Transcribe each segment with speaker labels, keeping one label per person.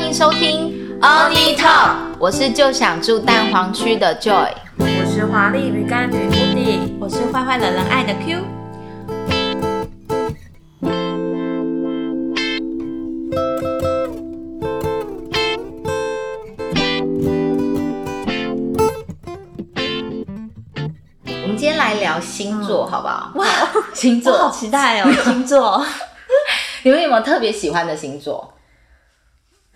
Speaker 1: 迎收听 Only Talk，我是就想住蛋黄区的 Joy，
Speaker 2: 我是华丽鱼干女布丁。
Speaker 1: 我是坏坏惹人爱的 Q。我们今天来聊星座，好不好？
Speaker 2: 哇，
Speaker 1: 星
Speaker 2: 我好
Speaker 1: 座，
Speaker 2: 期 待哦，星座。
Speaker 1: 你们有没有特别喜欢的星座？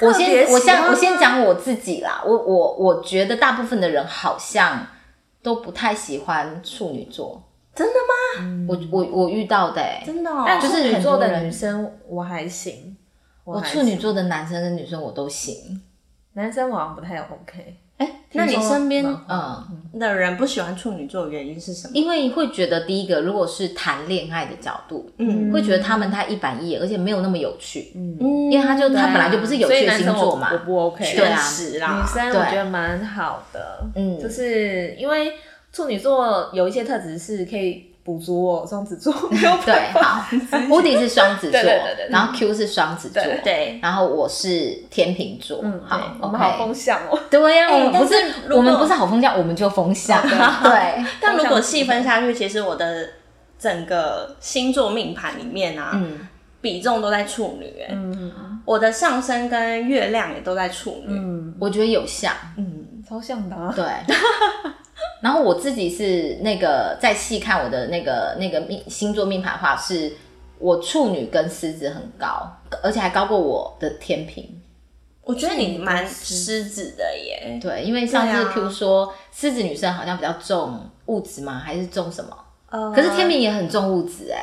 Speaker 1: 我
Speaker 2: 特
Speaker 1: 先，
Speaker 2: 别喜欢
Speaker 1: 我先，我先讲我自己啦。我我我觉得大部分的人好像都不太喜欢处女座。
Speaker 2: 真的吗？
Speaker 1: 我我我遇到的、欸，
Speaker 2: 真的、哦
Speaker 3: 但
Speaker 1: 就
Speaker 3: 处
Speaker 1: 是
Speaker 3: 女
Speaker 1: 很多
Speaker 3: 座的
Speaker 1: 人
Speaker 3: 女生我还行，
Speaker 1: 我
Speaker 3: 还
Speaker 1: 处女
Speaker 3: 行
Speaker 1: 座的男生跟女生我都行。
Speaker 3: 男生我好像不太 OK。
Speaker 1: 哎、
Speaker 3: 那你
Speaker 1: 听说
Speaker 3: 身边
Speaker 1: 嗯，
Speaker 2: 的人不喜欢处女座的原因是什么？
Speaker 1: 因为会觉得第一个，如果是谈恋爱的角度，
Speaker 2: 嗯
Speaker 1: 会觉得他们太一板一眼，而且没有那么有趣。
Speaker 2: 嗯
Speaker 1: 因为他就
Speaker 2: 对啊
Speaker 1: 他本来就不是有
Speaker 3: 所以
Speaker 1: 趣的
Speaker 3: 男
Speaker 1: 星
Speaker 3: 生我
Speaker 1: 座嘛
Speaker 3: 我。不 OK。
Speaker 1: 对啊
Speaker 2: 确实啦，
Speaker 3: 女生
Speaker 1: 对啊
Speaker 3: 我觉得蛮好的，
Speaker 1: 嗯
Speaker 3: 就是因为处女座有一些特质是可以补足我双子座没有
Speaker 1: 对
Speaker 3: 办， 法。
Speaker 1: 好，乌迪是双子座
Speaker 3: 对对对对，对
Speaker 1: 然后 Q 是双子座，
Speaker 3: 对
Speaker 2: 对，
Speaker 1: 然后我是天秤座，嗯
Speaker 3: 对
Speaker 1: 好，
Speaker 3: 我们好
Speaker 1: OK
Speaker 3: 风向哦。
Speaker 1: 对呀、
Speaker 2: 哎
Speaker 1: 我们不
Speaker 2: 但是
Speaker 1: 是
Speaker 2: 如果
Speaker 1: 我们不是好风向，我们就风 向， 对，
Speaker 2: 但如果细分下去，其实我的整个星座命盘里面啊，
Speaker 1: 嗯，
Speaker 2: 比重都在处女、欸。
Speaker 3: 嗯
Speaker 2: 我的上升跟月亮也都在处女。
Speaker 3: 嗯，
Speaker 1: 我觉得有像，
Speaker 3: 超像的啊。
Speaker 1: 对。然后我自己是那个再细看我的那个那个命星座命盘的话，是我处女跟狮子很高，而且还高过我的天平。
Speaker 2: 我觉得你蛮狮子的耶。
Speaker 1: 对，因为上
Speaker 2: 对
Speaker 1: 次
Speaker 2: 啊
Speaker 1: Q 说、狮子女生好像比较重物质吗？还是重什么？
Speaker 2: 呃
Speaker 1: 可是天，平也很重物质哎、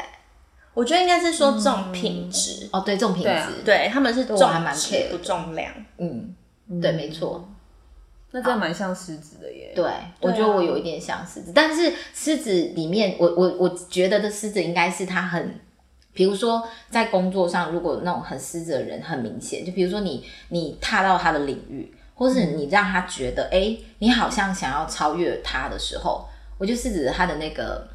Speaker 2: 我觉得应该是说重品质，
Speaker 1: 哦，对，重品质，
Speaker 3: 对啊
Speaker 2: 对他们是
Speaker 1: 我还
Speaker 2: 重
Speaker 1: 蛮
Speaker 2: 质
Speaker 1: care
Speaker 2: 不重量。
Speaker 1: 嗯，对，没错。
Speaker 3: 那真的蛮像狮子的耶。
Speaker 1: 对，我觉得我有一点像狮子，但是狮子里面，我我我觉得的狮子应该是他很，比如说在工作上，如果那种很狮子的人很明显，就比如说你你踏到他的领域，或是你让他觉得哎、诶你好像想要超越他的时候，我觉得狮子他的那个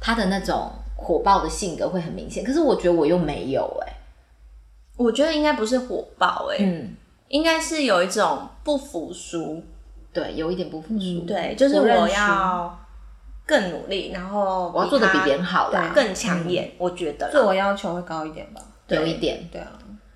Speaker 1: 他的那种火爆的性格会很明显，可是我觉得我又没有哎、
Speaker 2: 我觉得应该不是火爆哎、
Speaker 1: 嗯，
Speaker 2: 应该是有一种不服输，
Speaker 1: 对，有一点不服输，
Speaker 2: 嗯对，就是
Speaker 3: 不认输
Speaker 2: 我要更努力，然后
Speaker 1: 我要做的比别人嗯
Speaker 2: 好，
Speaker 1: 好啦，
Speaker 2: 更抢眼，我觉得啦
Speaker 3: 自我要求会高一点吧。
Speaker 1: 有一点。
Speaker 3: 对啊，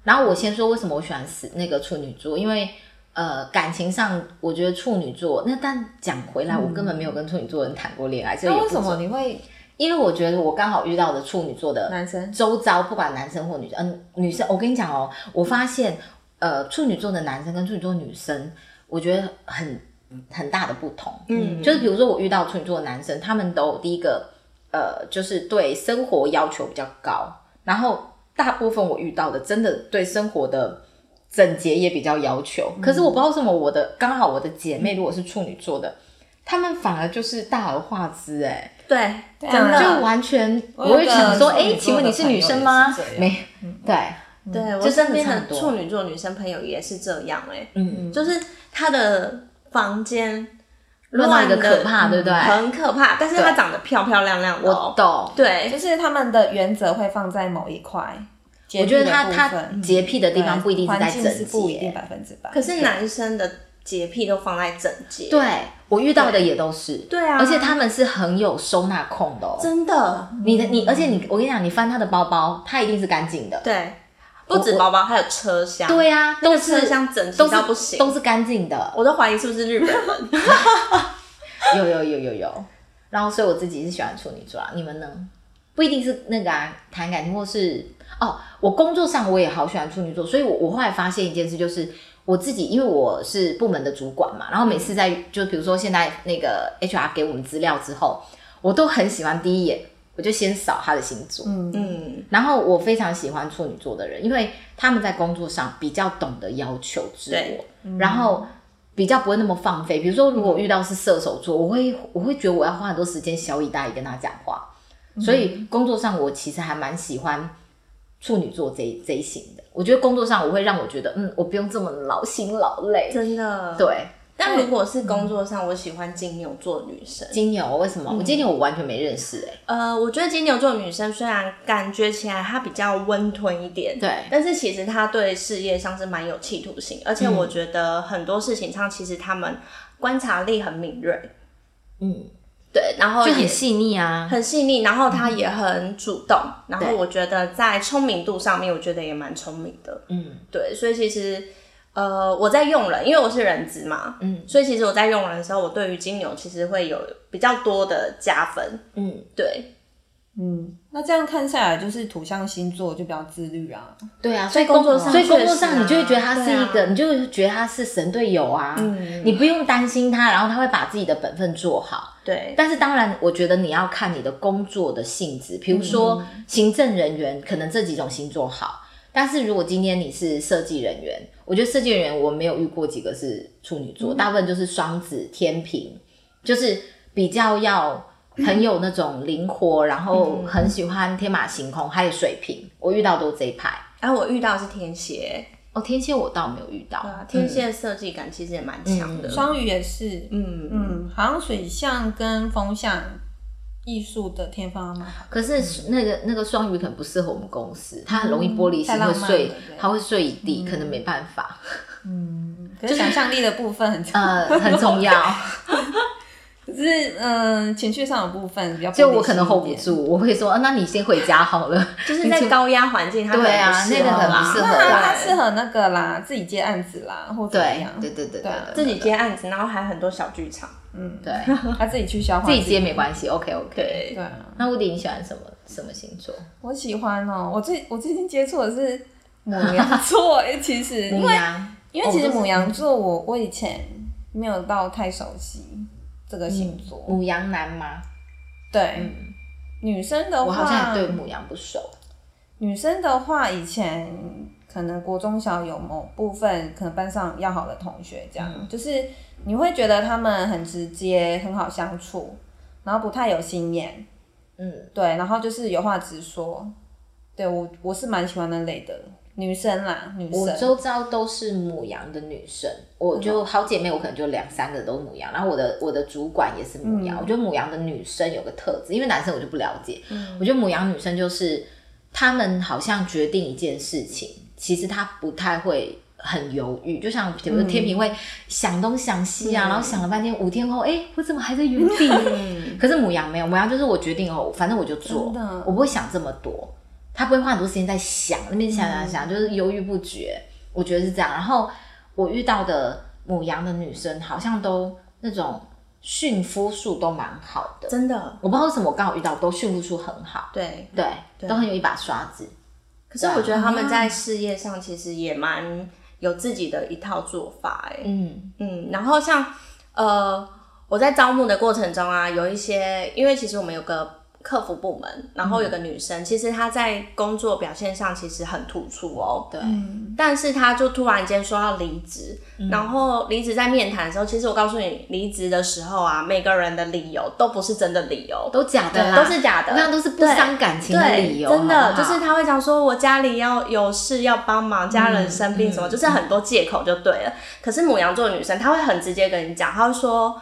Speaker 1: 然后我先说为什么我喜欢死那个处女座，因为呃感情上我觉得处女座那但讲回来，我根本没有跟处女座人谈过恋爱，所以
Speaker 3: 那
Speaker 1: 也
Speaker 3: 为
Speaker 1: 不
Speaker 3: 什么
Speaker 1: 准？
Speaker 3: 你会呃
Speaker 1: 因为我觉得我刚好遇到的处女座的
Speaker 3: 男生？
Speaker 1: 周遭，不管男生或女生，嗯、女生，我跟你讲哦，我发现呃处女座的男生跟处女座女生，我觉得很很大的不同，
Speaker 2: 嗯
Speaker 1: 就是比如说我遇到处女座的男生，他们都第一个呃，就是对生活要求比较高，然后大部分我遇到的真的对生活的整洁也比较要求。可是我不知道为什么我的刚好我的姐妹如果是处女座的，她们反而就是大而化之哎、
Speaker 2: 对，
Speaker 3: 对啊
Speaker 2: 真的
Speaker 1: 就完全
Speaker 3: 我
Speaker 1: 我
Speaker 3: 有
Speaker 1: 会想说，
Speaker 3: 个处女
Speaker 1: 哎、
Speaker 3: 座
Speaker 1: 请问你
Speaker 3: 的
Speaker 1: 是
Speaker 3: 朋
Speaker 1: 女
Speaker 3: 友
Speaker 1: 生
Speaker 3: 也
Speaker 1: 吗
Speaker 3: 是这？样
Speaker 1: 没，对，
Speaker 2: 对我
Speaker 1: 就真的
Speaker 2: 身边
Speaker 1: 差很
Speaker 2: 的
Speaker 1: 多
Speaker 2: 处女座女生朋友也是这样哎、
Speaker 1: 嗯，
Speaker 2: 就是她的房间
Speaker 1: 乱嗯到一个
Speaker 2: 乱得
Speaker 1: 可怕，对不对？
Speaker 2: 很可怕，但是她
Speaker 1: 对
Speaker 2: 长得漂漂亮亮的、
Speaker 1: 我
Speaker 2: 哦，
Speaker 1: 懂，
Speaker 2: 对，
Speaker 3: 就是他们的原则会放在某一块，洁
Speaker 1: 我
Speaker 3: 癖
Speaker 1: 觉
Speaker 3: 的
Speaker 1: 得他
Speaker 3: 部
Speaker 1: 他
Speaker 3: 分
Speaker 1: 洁癖的地方
Speaker 3: 对啊
Speaker 1: 不一定是在
Speaker 3: 环境是
Speaker 1: 整
Speaker 3: 不一定
Speaker 1: 洁，
Speaker 3: 百分之百。
Speaker 2: 可是男生的洁癖都放在整洁，
Speaker 1: 对我遇到的也都是，
Speaker 2: 对啊
Speaker 1: 而且他们是很有收纳控的哦。
Speaker 2: 真的，
Speaker 1: 你的你，而且你，我跟你讲，你翻他的包包，他一定是干净的。
Speaker 2: 对，不止包包，还有车厢，
Speaker 1: 对啊，
Speaker 2: 那
Speaker 1: 都
Speaker 2: 个车
Speaker 1: 是
Speaker 2: 厢整
Speaker 1: 都
Speaker 2: 齐
Speaker 1: 是
Speaker 2: 到不行，
Speaker 1: 都是干净的。
Speaker 2: 我都怀疑是不是日 本人。
Speaker 1: 有有有有有。然后，所以我自己是喜欢处女座啊，你们呢？不一定是那个啊，谈感情或是哦，我工作上我也好喜欢处女座，所以我我后来发现一件事，就是我自己，因为我是部门的主管嘛，然后每次在就比如说现在那个 HR 给我们资料之后，我都很喜欢第一眼我就先扫他的星座，
Speaker 2: 嗯，
Speaker 1: 然后我非常喜欢处女座的人，因为他们在工作上比较懂得要求自
Speaker 2: 对
Speaker 1: 我，然后比较不会那么放飞。比如说，如果我遇到是射手座，我会我会觉得我要花很多时间小以大以跟他讲话，所以工作上我其实还蛮喜欢处女座这一这一型的。我觉得工作上我会让我觉得，嗯，我不用这么劳心劳累。
Speaker 2: 真的。
Speaker 1: 对，嗯
Speaker 2: 但如果是工作上，我喜欢金牛座女生。
Speaker 1: 金牛为什么？我金牛我完全没认识哎、
Speaker 2: 呃，我觉得金牛座女生虽然感觉起来她比较温吞一点，
Speaker 1: 对
Speaker 2: 但是其实她对事业上是蛮有企图心，而且
Speaker 1: 嗯
Speaker 2: 我觉得很多事情上其实他们观察力很敏锐，
Speaker 1: 嗯，
Speaker 2: 对，然后
Speaker 1: 就
Speaker 2: 哦也
Speaker 1: 很细嗯腻啊。
Speaker 2: 很细腻，然后她也很主动，然后我觉得在聪明度上面，我觉得也蛮聪明的，
Speaker 1: 嗯，
Speaker 2: 对，所以其实呃我在用人，因为我是人资嘛，
Speaker 1: 嗯，
Speaker 2: 所以其实我在用人的时候，我对于金牛其实会有比较多的加分，
Speaker 1: 嗯，
Speaker 2: 对，
Speaker 3: 嗯，那这样看下来，就是土象星座就比较自律啊。
Speaker 1: 对啊，所
Speaker 2: 所以
Speaker 1: 以工
Speaker 2: 工作上
Speaker 1: 所以工作
Speaker 2: 确实
Speaker 1: 上
Speaker 2: 啊
Speaker 1: 你就会觉得他是一
Speaker 2: 对
Speaker 1: 个，
Speaker 2: 啊
Speaker 1: 你就会觉得他是神队友啊。
Speaker 2: 嗯
Speaker 1: 你不用担心他，然后他会把自己的本分做好。
Speaker 2: 对，
Speaker 1: 但是当然，我觉得你要看你的工作的性质，比如说
Speaker 2: 嗯
Speaker 1: 行政人员，可能这几种星座好。但是如果今天你是设计人员，我觉得设计人员我没有遇过几个是处女
Speaker 2: 嗯
Speaker 1: 座，大部分就是双子、天平，就是比较要很有那种灵活，然后
Speaker 2: 嗯
Speaker 1: 很喜欢天马行空，还有水瓶，我遇到都这一派。
Speaker 2: 然后我遇到的是天蝎，
Speaker 1: 哦，天蝎我倒没有遇到，
Speaker 2: 对啊，天
Speaker 1: 嗯
Speaker 2: 蝎的设计感其实也蛮强的。
Speaker 3: 双鱼也是，
Speaker 2: 嗯
Speaker 3: 嗯，好像水象跟风象艺术的天分还蛮好。
Speaker 1: 可
Speaker 3: 嗯
Speaker 1: 是那个那个双鱼可能不适合我们公司，它很容易玻璃心，
Speaker 3: 太浪
Speaker 1: 会
Speaker 3: 漫了
Speaker 1: 碎
Speaker 3: 对，嗯
Speaker 1: 它会碎一地，可能没办法。
Speaker 3: 可是想象力的部分很强，
Speaker 1: 呃，很重要，
Speaker 3: 可是嗯，情绪上的部分比较。
Speaker 1: 就我可能 hold 不。住，我会说，啊那你先回家好了。
Speaker 2: 就是在高压环境，它可能
Speaker 1: 对啊
Speaker 2: 不适
Speaker 1: 那
Speaker 2: 合
Speaker 1: 个很
Speaker 2: 啦
Speaker 1: 不适
Speaker 3: 那
Speaker 1: 合
Speaker 3: 他他
Speaker 1: 啦
Speaker 3: 适合那个啦，自己接案子啦，或怎么
Speaker 1: 对
Speaker 3: 样？
Speaker 1: 对对对
Speaker 3: 对啊
Speaker 1: 对
Speaker 2: 自己接案子，然后还很多小剧场。
Speaker 1: 对，
Speaker 3: 他自己去消化。
Speaker 1: 自己接没关系，OK OK。
Speaker 3: 对啊，
Speaker 1: 那乌迪你喜欢什么什么星座？
Speaker 3: 我喜欢哦。我最我最近接触的是 母羊座，哎，其实因为
Speaker 1: 羊，哦
Speaker 3: 因为其实母
Speaker 1: 嗯
Speaker 3: 羊座我我以前没有到太熟悉这个星座，
Speaker 1: 母羊男吗？
Speaker 3: 对。女生的
Speaker 1: 嗯我好像
Speaker 3: 话
Speaker 1: 也，对母羊不熟。
Speaker 3: 女生的话，以前可能国中小有某部分可能班上要好的同学，这样、
Speaker 1: 嗯
Speaker 3: 就是你会觉得他们很直接，很好相处，然后不太有心眼，
Speaker 1: 嗯，
Speaker 3: 对，然后就是有话直说。对我我是蛮喜欢那类的女生啦，女
Speaker 1: 我
Speaker 3: 生。
Speaker 1: 周遭都是母羊的女生，我就好姐妹，我可能就两三个都母羊，然后我的我的主管也是母
Speaker 3: 嗯
Speaker 1: 羊。我觉得母羊的女生有个特质，因为男生我就不了解，
Speaker 3: 嗯
Speaker 1: 我觉得母羊女生就是她们好像决定一件事情，其实她不太会。很犹豫，就像比如说天平会想东想西
Speaker 3: 嗯
Speaker 1: 啊，然后想了半天，五天后，哎、我怎么还在原地？ 可是母羊没有，母羊就是我决定哦，反正我就做
Speaker 3: 嗯真的，
Speaker 1: 我不会想这么多，他不会花很多时间在想那边
Speaker 3: 嗯
Speaker 1: 想想想，就是犹豫不决。我觉得是这样。然后我遇到的母羊的女生好像都那种驯服术都蛮好的，
Speaker 2: 真的，
Speaker 1: 我不知道为什么我刚好遇到都驯服术很好，
Speaker 2: 对。
Speaker 1: 对，都很有一把刷子。
Speaker 2: 可是我觉得他们
Speaker 1: 啊
Speaker 2: 在事业上其实也蛮有自己的一套做法、欸，
Speaker 1: 嗯
Speaker 2: 嗯，然后像呃，我在招募的过程中啊，有一些，因为其实我们有个客服部门，然
Speaker 1: 嗯
Speaker 2: 后有个女生，其实她在工作表现上其实很突出哦，
Speaker 1: 对，
Speaker 2: 但是她就突然间说要离职，
Speaker 1: 嗯
Speaker 2: 然后离职在面谈的时候，其实我告诉你，离职的时候啊，每个人的理由都不是真的理由，啊
Speaker 1: 都假的啦，
Speaker 2: 都是假的，
Speaker 1: 那都是不伤感情的理由，啊
Speaker 2: 对真的
Speaker 1: 好不好
Speaker 2: 就是他会讲说，我家里要有事要帮忙，家人生病
Speaker 1: 嗯
Speaker 2: 什么，就是很多借口就对了。可是母羊座的女生，她会很直接跟你讲，她会说，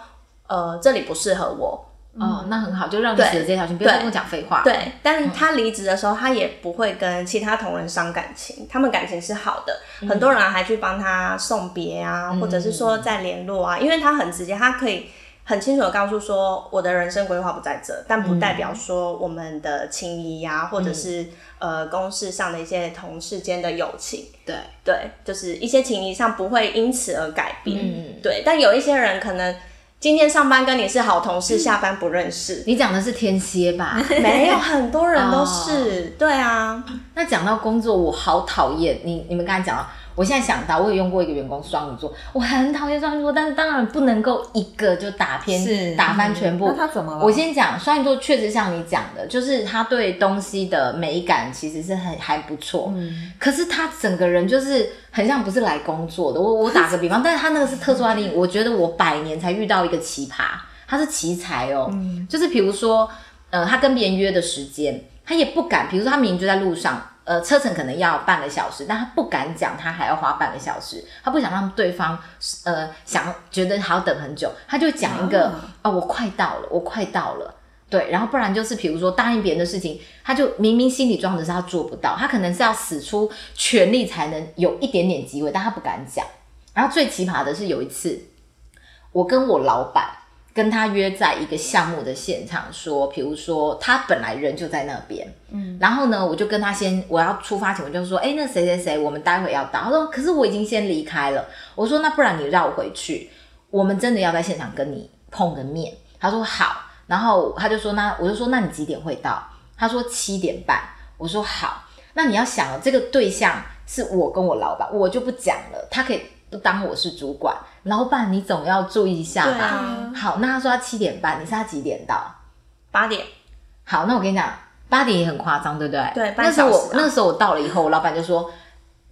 Speaker 2: 呃，这里不适合我。
Speaker 1: 哦，那很好，就让你死了这条心，不要再跟我讲废话。
Speaker 2: 对，但是她离职的时候，她也不会跟其他同仁伤感情，他们感情是好的。很多人还去帮她送别啊，
Speaker 1: 嗯
Speaker 2: 或者是说再联络啊，因为她很直接，她可以。很清楚的告诉说，我的人生规划不在这，但不代表说我们的情谊呀、或者是、
Speaker 1: 嗯
Speaker 2: 呃公事上的一些同事间的友情，
Speaker 1: 对，
Speaker 2: 对，就是一些情谊上不会因此而改变，
Speaker 1: 嗯
Speaker 2: 对。但有一些人可能今天上班跟你是好 同事，下班不认识，
Speaker 1: 你讲的是天蝎 吧？
Speaker 2: 没有很多人都是，对啊，
Speaker 1: 那讲到工作，我好讨厌你。你们刚才讲到，我现在想到，我有用过一个员工双鱼座，我很讨厌双鱼座，但是当然不能够一个就打
Speaker 3: 是
Speaker 1: 偏、打翻全部。
Speaker 3: 那他怎么了？
Speaker 1: 我先讲双鱼座，确实像你讲的，就是他对东西的美感其实是很还不错，
Speaker 2: 嗯
Speaker 1: 可是他整个人就是很像不是来工作的。我我打个比方，但是他那个是特殊案例，我觉得我百年才遇到一个奇葩，他是奇才哦，就是比如说，呃，他跟别人约的时间，他也不敢，比如说他明明就在路上。呃，车程可能要半个小时，但他不敢讲，他还要花半个小时，他不想让对方呃想觉得还要等很久，他就讲一个啊、哦，我快到了，我快到了。对，然后不然就是比如说答应别人的事情，他就明明心里装的是他做不到，他可能是要使出全力才能有一点点机会，但他不敢讲。然后最奇葩的是有一次，我跟我老板跟他约在一个项目的现场说，比如说他本来人就在那边，嗯，然后呢，我就跟他先我要出发前我就说，哎，那谁谁谁，我们待会要到。他说，可是我已经先离开了。我说，那不然你绕回去，我们真的要在现场跟你碰个面。他说好。然后他就说，那我就说，那你几点会到？他说七点半。我说好，那你要想哦，这个对象是我跟我老板，我就不讲了，他可以不当我是主管，老板你总要注意一下
Speaker 2: 对
Speaker 1: 吧。
Speaker 2: 啊
Speaker 1: 好，那他说他七点半，你是他几点到？
Speaker 2: 八点，
Speaker 1: 好，那我跟你讲，八点也很夸张，对不对？
Speaker 2: 对半
Speaker 1: 那时候
Speaker 2: 小时
Speaker 1: 我
Speaker 2: 啊
Speaker 1: 那时候我到了以后，我老板就说。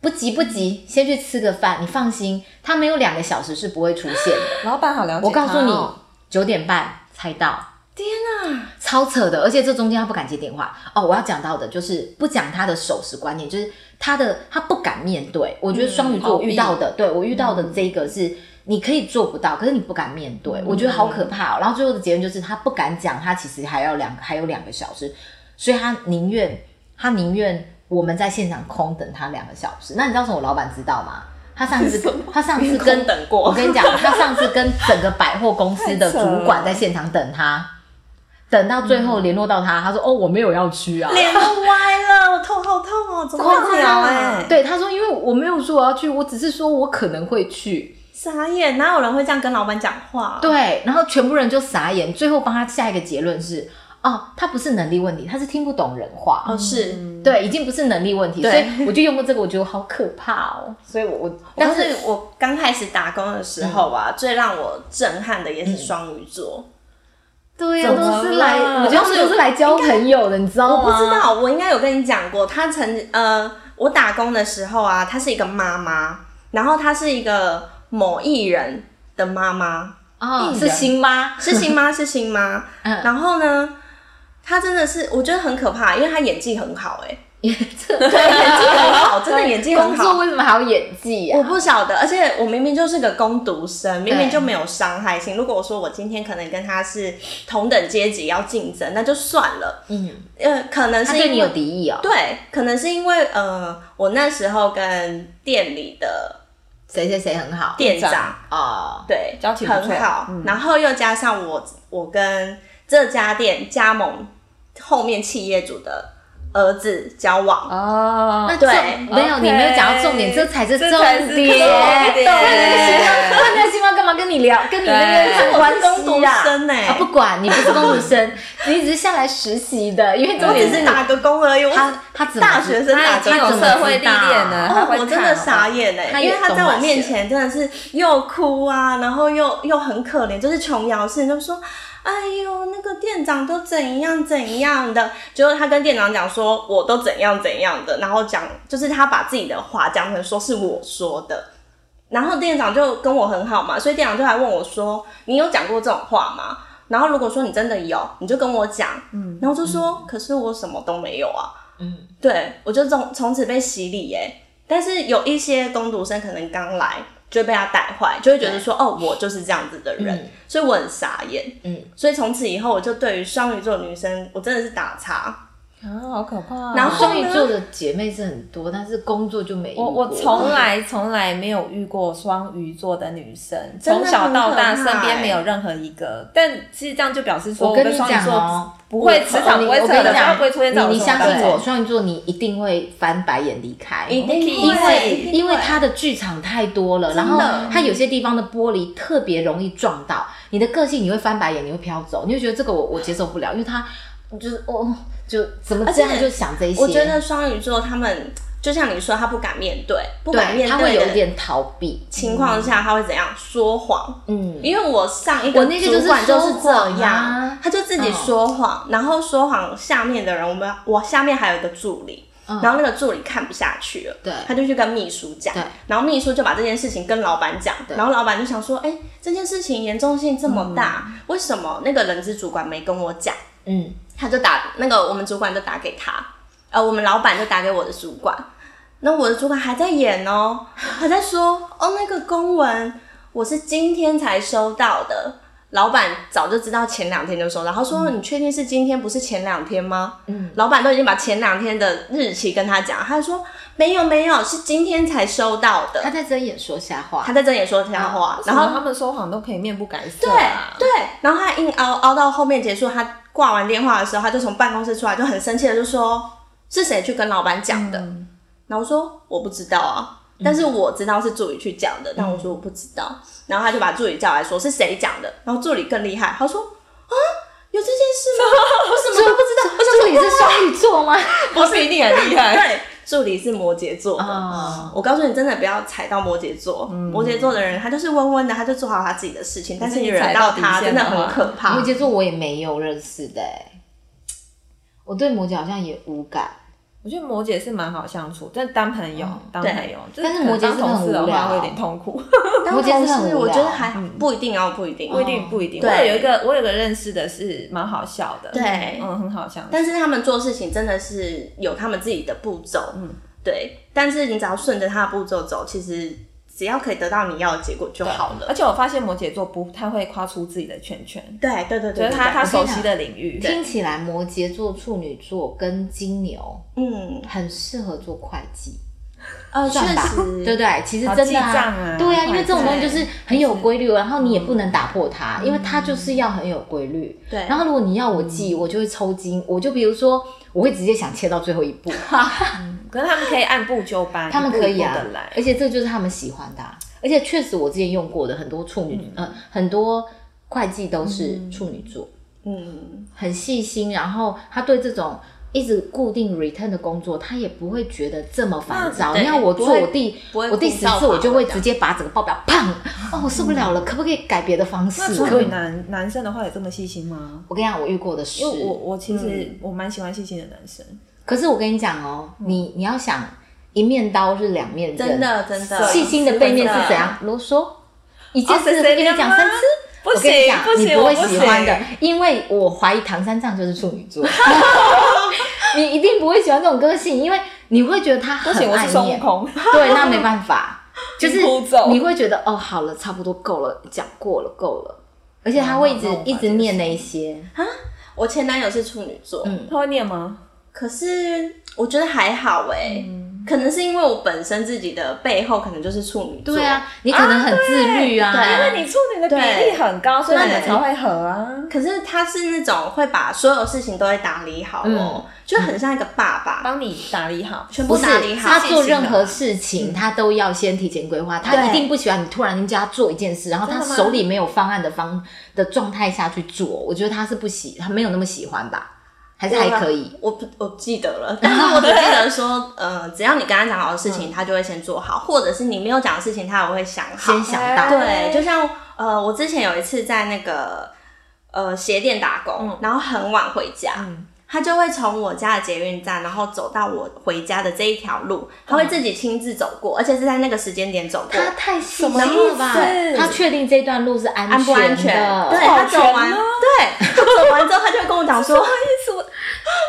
Speaker 1: 不急不急，先去吃个饭。你放心，他没有两个小时是不会出现的。
Speaker 3: 老板好了解
Speaker 1: 我告
Speaker 3: 他
Speaker 1: 诉你
Speaker 3: 哦，
Speaker 1: 九点半才到，
Speaker 2: 天哪，
Speaker 1: 超扯的，而且这中间他不敢接电话哦。我要讲到的就是不讲他的守时观念，就是他的他不敢面对。我觉得双鱼座
Speaker 3: 嗯逃
Speaker 1: 我
Speaker 3: 避嗯
Speaker 1: 遇到的，对我遇到的这个是你可以做不到，可是你不敢面对，我觉得好可怕哦。然后最后的结论就是他不敢讲，他其实还要两还有两个小时，所以他宁愿他宁愿我们在现场空等他两个小时。那你知道为什么我老板知道吗？他上 次他上次跟
Speaker 2: 空等过
Speaker 1: 我跟你讲，他上次跟整个百货公司的
Speaker 3: 太扯了
Speaker 1: 主管在现场等他。等到最后联络到他，他说：“哦，我没有要去啊。
Speaker 2: 脸都歪了，我头好痛哦，怎么
Speaker 3: 快
Speaker 2: 会这
Speaker 3: 聊
Speaker 2: 样 啊
Speaker 3: 哎？”
Speaker 1: 对，他说：“因为我没有说我要去，我只是说我可能会去。
Speaker 2: 傻眼，哪有人会这样跟老板讲话？”
Speaker 1: 对，然后全部人就傻眼。最后帮他下一个结论是：哦，他不是能力问题，他是听不懂人话。
Speaker 2: 哦，是，
Speaker 1: 对，已经不是能力问题，
Speaker 2: 对
Speaker 1: 所以我就用过这个，我觉得好可怕哦。所以我我，
Speaker 2: 但
Speaker 1: 但
Speaker 2: 是
Speaker 1: 是
Speaker 2: 我刚开始打工的时候啊，最让我震撼的也是双鱼座。
Speaker 1: 对啊
Speaker 3: 怎么
Speaker 1: 都是来，
Speaker 3: 了
Speaker 1: 我觉得他们都是来交朋友的，你知道
Speaker 2: 嗯我
Speaker 1: 吗？
Speaker 2: 不知道，我应该有跟你讲过，她曾呃，我打工的时候啊，她是一个妈妈，然后她是一个某艺人的妈妈，
Speaker 1: 哦，
Speaker 3: 艺
Speaker 1: 是
Speaker 3: 人
Speaker 1: 新妈，
Speaker 2: 是新 妈，是新妈。
Speaker 1: 嗯
Speaker 2: 然后呢，她真的是我觉得很可怕，因为她演技很好、欸，
Speaker 1: 这
Speaker 2: 哎，对，演技很好，真的演技
Speaker 1: 工
Speaker 2: 很
Speaker 1: 作
Speaker 2: 好。
Speaker 1: 为什么还要演技
Speaker 2: 我
Speaker 1: 啊？
Speaker 2: 不晓得，而且我明明就是个工读生，明明就没有伤害性。如果我说我今天可能跟她是同等阶级要竞争，那就算了。
Speaker 1: 嗯，
Speaker 2: 呃，可能
Speaker 1: 他
Speaker 2: 是因为
Speaker 1: 对你有敌意哦？
Speaker 2: 对，可能是因为呃，我那时候跟店里的
Speaker 1: 谁谁谁很好？
Speaker 2: 店
Speaker 3: 店
Speaker 2: 长
Speaker 3: 长
Speaker 1: 哦，
Speaker 2: 对
Speaker 3: 交情不
Speaker 2: 很
Speaker 3: 错嗯
Speaker 2: 好，然后又加上我我跟这家店加盟后面企业主的儿子交往，
Speaker 3: 哦，
Speaker 1: 那
Speaker 2: 对
Speaker 1: 重没有
Speaker 3: OK
Speaker 1: 你没有讲到重点，这才是重
Speaker 3: 这才是
Speaker 1: 点。
Speaker 3: 重
Speaker 1: 对
Speaker 3: 点
Speaker 1: 那那个新妈干嘛跟你聊？跟你那个
Speaker 3: 对
Speaker 1: 有关
Speaker 2: 我是工
Speaker 1: 系
Speaker 2: 读
Speaker 1: 呀？
Speaker 2: 生欸
Speaker 1: 啊不管你不是工读生， 你只是下来实习的，因为重
Speaker 2: 我只
Speaker 1: 点
Speaker 2: 是
Speaker 1: 是
Speaker 2: 打个工而已。我
Speaker 1: 他他怎么
Speaker 2: 大学生
Speaker 3: 他
Speaker 2: 打
Speaker 3: 已
Speaker 2: 工
Speaker 3: 经有
Speaker 1: 怎么
Speaker 3: 社会历
Speaker 1: 知道
Speaker 3: 练了，他
Speaker 2: 哦
Speaker 3: 会，
Speaker 2: 我真的
Speaker 3: 看
Speaker 2: 傻眼
Speaker 1: 他
Speaker 2: 哎，
Speaker 1: 也
Speaker 2: 因为他在
Speaker 1: 懂
Speaker 2: 我
Speaker 1: 了
Speaker 2: 面
Speaker 1: 是
Speaker 2: 前真的是又哭啊，然后又又很可怜，就是琼瑶式，就说：“哎呦，那个店长都怎样怎样的。”结果他跟店长讲说：“我都怎样怎样的。”然后讲就是他把自己的话讲成说是我说的。然后店长就跟我很好嘛，所以店长就来问我说：“你有讲过这种话吗？”然后如果说你真的有，你就跟我讲。嗯，然后我就说：“可是我什么都没有啊。”
Speaker 1: 嗯，
Speaker 2: 对我就从从此被洗礼耶、但是有一些工读生可能刚来就会被他带坏，就会觉得说哦，我就是这样子的人，
Speaker 1: 嗯
Speaker 2: 所以我很傻眼。
Speaker 1: 嗯，
Speaker 2: 所以从此以后，我就对于双鱼座女生，我真的是打叉。
Speaker 3: 啊，好可怕哦。
Speaker 2: 然后
Speaker 1: 双鱼座的姐妹是很多，但是工作就没遇
Speaker 3: 我我
Speaker 1: 过
Speaker 3: 从来从来没有遇过双鱼座的女 生，
Speaker 2: 真的
Speaker 3: 从小到大
Speaker 2: 很可
Speaker 3: 身
Speaker 2: 怕
Speaker 3: 边
Speaker 2: 欸
Speaker 3: 没有任何一个。但其实这样就表示说，
Speaker 1: 我
Speaker 3: 我
Speaker 1: 跟
Speaker 3: 双鱼
Speaker 1: 你讲哦
Speaker 3: 座不会磁场不会
Speaker 1: 我
Speaker 3: 扯
Speaker 1: 跟
Speaker 3: 的，
Speaker 1: 你讲
Speaker 3: 不会出现这
Speaker 1: 你
Speaker 3: 种
Speaker 1: 你相信
Speaker 3: 状
Speaker 1: 我，
Speaker 3: 况
Speaker 1: 双鱼座你一定会翻白眼离开，
Speaker 2: 一定
Speaker 1: 因
Speaker 2: 会
Speaker 1: 为
Speaker 2: 一定
Speaker 1: 因为
Speaker 2: 会
Speaker 1: 它的剧场太多了，然后它有些地方的玻璃特别容易撞到你的个性，你会翻白眼，你会飘走，你会觉得这个我我接受不了，因为它就是哦，就怎么这样
Speaker 2: 而且
Speaker 1: 就想这些，
Speaker 2: 我觉得双鱼座他们就像你说，他不敢面对，不敢
Speaker 1: 对，
Speaker 2: 面
Speaker 1: 他会有一
Speaker 2: 对的
Speaker 1: 点嗯逃避，
Speaker 2: 情况下，他会怎样说谎？
Speaker 1: 嗯，
Speaker 2: 因为我上一个
Speaker 1: 我那个就是
Speaker 2: 主管就是
Speaker 1: 说谎
Speaker 2: 这
Speaker 1: 啊嗯
Speaker 2: 样，他就自己说谎，然后说谎下面的人，我们我下面还有一个助理，然后那个助理看不下去了，
Speaker 1: 嗯对
Speaker 2: 他就去跟秘书讲
Speaker 1: 对，
Speaker 2: 然后秘书就把这件事情跟老板讲，然后老板就想说，哎，这件事情严重性这么大，为什么那个人资主管没跟我讲？
Speaker 1: 嗯，
Speaker 2: 他就打那个我们主管就打给他，呃，我们老板就打给我的主管，那我的主管还在演哦， 还在说哦那个公文我是今天才收到的，老板早就知道前两天就收到，他说、你确定是今天不是前两天吗？嗯，老板都已经把前两天的日期跟他讲，他就说没有没有是今天才收到的
Speaker 1: 他，在睁眼说瞎话
Speaker 2: 他。在睁眼说瞎话，然后
Speaker 3: 他们说谎都可以面不改色、
Speaker 2: 对
Speaker 3: 啊，
Speaker 2: 对，然后他硬凹凹到后面结束，他挂完电话的时候，他就从办公室出来，就很生气的就说：“是谁去跟老板讲的？”
Speaker 3: 嗯
Speaker 2: 然后我说：“我不知道啊，但是我知道是助理去讲
Speaker 3: 嗯
Speaker 2: 的，但我说我不知道。然后他就把助理叫来说是谁讲的，然后助理更厉害，他说：“啊，有这件事吗？我什么都不知道。”
Speaker 1: 助
Speaker 2: 我
Speaker 1: 理是双鱼座 吗？
Speaker 3: 不是一定很厉害。
Speaker 2: 对，助理是摩羯座的。
Speaker 3: 嗯
Speaker 1: 哦
Speaker 2: 我告诉你，真的不要踩到摩羯座。摩羯座的人，他就是温温的，他就做好他自己的事情。但是
Speaker 3: 你
Speaker 2: 惹
Speaker 3: 踩
Speaker 2: 到
Speaker 3: 到
Speaker 2: 他，
Speaker 3: 底线
Speaker 2: 真
Speaker 3: 的
Speaker 2: 的很
Speaker 3: 话
Speaker 2: 可怕。
Speaker 1: 摩羯座我也没有认识的、欸，我对摩羯好像也无感，
Speaker 3: 我觉得摩羯是蛮好相处，但当朋友，当朋友，就
Speaker 1: 但是
Speaker 3: 可能
Speaker 1: 摩羯
Speaker 3: 当
Speaker 1: 是很
Speaker 3: 同事的
Speaker 1: 无聊
Speaker 3: 话会有点痛 苦，
Speaker 2: 当
Speaker 1: 摩羯
Speaker 2: 同
Speaker 1: 是很
Speaker 2: 事，
Speaker 1: 无
Speaker 2: 我觉得
Speaker 1: 聊嗯
Speaker 2: 还不一定哦，不一定，
Speaker 3: 不一定不一定。我
Speaker 2: 对
Speaker 3: 有一个我有个认识的是蛮好笑的，
Speaker 2: 对
Speaker 3: 嗯，很好相处。
Speaker 2: 但是他们做事情真的是有他们自己的步骤，嗯，对。但是你只要顺着他的步骤走，其实只要可以得到你要的结果就好了
Speaker 3: 而。且我发现摩羯座不太会跨出自己的圈圈，
Speaker 2: 对对对
Speaker 3: 就
Speaker 2: 对，
Speaker 3: 是他
Speaker 2: 对
Speaker 3: 他
Speaker 2: 对
Speaker 3: 熟悉的领域。
Speaker 1: 听起来摩羯座、处女座跟金牛
Speaker 2: 嗯
Speaker 1: 很适合做会计，
Speaker 2: 呃，确
Speaker 1: 算吧，
Speaker 2: 实
Speaker 1: 对不对？其实
Speaker 3: 好
Speaker 1: 真
Speaker 3: 记
Speaker 1: 的啊，
Speaker 3: 账啊
Speaker 1: 对啊，因为
Speaker 3: 会计
Speaker 1: 这种东西就是很有规律，然后你也不能打破它，因为它
Speaker 3: 嗯
Speaker 1: 就是要很有规律。
Speaker 2: 对
Speaker 1: 然后如果你要我记，我就会抽筋，我就比如说，我会直接想切到最后 一步，
Speaker 3: 可是他们可以按部就班，
Speaker 1: 他们可以啊
Speaker 3: 的来，。
Speaker 1: 而且这就是他们喜欢的啊、而且确实我之前用过的很多处女，
Speaker 3: 嗯
Speaker 1: 呃，很多会计都是处女座。
Speaker 2: 嗯，
Speaker 1: 很细心，然后他对这种一直固定 return 的工作，他也不会觉得这么烦躁。
Speaker 2: 对
Speaker 1: 你看我做
Speaker 2: 不会
Speaker 1: 我第
Speaker 2: 不会
Speaker 1: 我第
Speaker 2: 枯燥
Speaker 1: 十次，我就会
Speaker 2: 乏味
Speaker 1: 直接把整个报表砰，哦，我受不了了，
Speaker 2: 嗯
Speaker 1: 可不可以改别的方
Speaker 3: 那
Speaker 1: 式？
Speaker 3: 处
Speaker 1: 可
Speaker 3: 女
Speaker 1: 以。
Speaker 3: 男男生的话有这么细心吗？
Speaker 1: 我跟你讲，我遇过的是
Speaker 3: 因，为我我其实我蛮喜欢细心的男生，
Speaker 1: 可是我跟你讲哦，你你要想一面刀是两面刃，
Speaker 2: 真的真的
Speaker 1: 细心的背面是怎样啰嗦，一件事
Speaker 3: 哦
Speaker 1: 跟
Speaker 3: 谁谁
Speaker 1: 你讲
Speaker 3: 的吗
Speaker 1: 三次。
Speaker 3: 不
Speaker 1: 我跟你讲，你不会
Speaker 3: 我
Speaker 1: 喜欢的
Speaker 3: 行，
Speaker 1: 因为我怀疑唐三藏就是处女座， 你一定不会喜欢这种个性，因为你会觉得他
Speaker 3: 不
Speaker 1: 很
Speaker 3: 行，我
Speaker 1: 爱
Speaker 3: 是孙悟
Speaker 1: 面。
Speaker 3: 空。
Speaker 1: 对，那没办 法，就是
Speaker 3: 听哭咒
Speaker 1: 你会觉得哦，好了，差不多够了，讲过了，够了，而且他会一直
Speaker 3: 哦那我把
Speaker 1: 一直念那一些，
Speaker 2: 我前男友是处女座，
Speaker 1: 嗯
Speaker 3: 他会念吗？
Speaker 2: 可是我觉得还好哎、
Speaker 1: 嗯
Speaker 2: 可能是因为我本身自己的背后可能就是处女座，
Speaker 1: 对啊，你可能很自律啊，
Speaker 2: 对对
Speaker 3: 因为你处女的比例很高，所以你们才会合啊。
Speaker 2: 可是他是那种会把所有事情都会打理好
Speaker 1: 嗯
Speaker 2: 哦，就很像一个爸爸，
Speaker 3: 帮你打理好，
Speaker 2: 全
Speaker 1: 不
Speaker 2: 部
Speaker 1: 是
Speaker 2: 打理好。
Speaker 1: 他做任何事情，他都要先提前规划，他
Speaker 2: 对
Speaker 1: 一定不喜欢你突然间叫他做一件事，然后他
Speaker 3: 真的吗
Speaker 1: 手里没有方案的方的状态下去做，我觉得他是不喜，他没有那么喜欢吧，还是还可以。
Speaker 2: 我不我记得了，但是我只记得说，呃，只要你跟他讲好的事情，
Speaker 1: 嗯
Speaker 2: 他就会先做好，或者是你没有讲的事情，他也会想好。
Speaker 1: 先想到
Speaker 2: 对，就像呃，我之前有一次在那个呃鞋店打工，
Speaker 1: 嗯
Speaker 2: 然后很晚回家。他就会从我家的捷运站，然后走到我回家的这一条路，
Speaker 1: 嗯
Speaker 2: 他会自己亲自走过，而且是在那个时间点走过。
Speaker 1: 他太细
Speaker 3: 么
Speaker 1: 心了
Speaker 3: 意
Speaker 1: 吧
Speaker 3: 思？
Speaker 1: 他确定这段路是安
Speaker 2: 安不安
Speaker 1: 全
Speaker 2: 全？
Speaker 1: 的，哎
Speaker 2: 对
Speaker 3: 好
Speaker 2: 他走
Speaker 3: 全
Speaker 2: 完，
Speaker 3: 哦
Speaker 2: 对他走完之后，他就会跟我讲说，
Speaker 3: 意思？我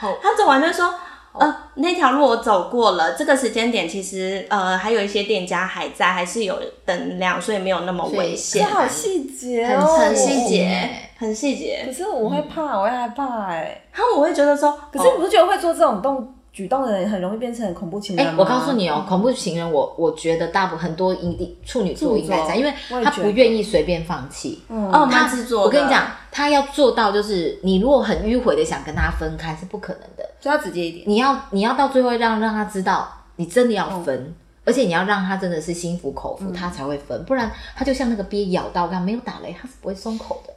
Speaker 2: 他走完就说，呃，那条路我走过了，这个时间点其实呃还有一些店家还在，还是有灯亮，所以没有那么危
Speaker 1: 所以
Speaker 2: 险
Speaker 1: 这。
Speaker 3: 好细节
Speaker 1: 很
Speaker 3: 哦，
Speaker 1: 很
Speaker 2: 很细节
Speaker 1: 嗯，
Speaker 2: 很细
Speaker 3: 可
Speaker 2: 节。
Speaker 3: 是我会怕，我会害怕哎。
Speaker 2: 然后我会觉得说，
Speaker 3: 可是
Speaker 2: 哦
Speaker 3: 你不觉得会做这种动举动的人很容易变成恐怖情
Speaker 1: 哎、
Speaker 3: 人吗？
Speaker 1: 我告诉你哦，恐怖情人我，我觉得大部分很多一定处女座应该这
Speaker 3: 处
Speaker 1: 样，
Speaker 3: 女
Speaker 1: 因为
Speaker 3: 座我也
Speaker 1: 他
Speaker 3: 觉
Speaker 1: 不
Speaker 3: 得
Speaker 1: 愿意随便放弃。
Speaker 3: 嗯
Speaker 2: 哦
Speaker 1: 他
Speaker 2: 蛮执着的
Speaker 1: 我跟你讲，他要做到就是，你如果很迂回的想跟他分开是不可能的。
Speaker 3: 就要直接一点。
Speaker 1: 你要你要到最后让让他知道你真的要分，
Speaker 2: 嗯
Speaker 1: 而且你要让他真的是心服口服，他才会分，不然他就像那个鳖咬到一样，没有打雷他是不会松口的。
Speaker 2: 嗯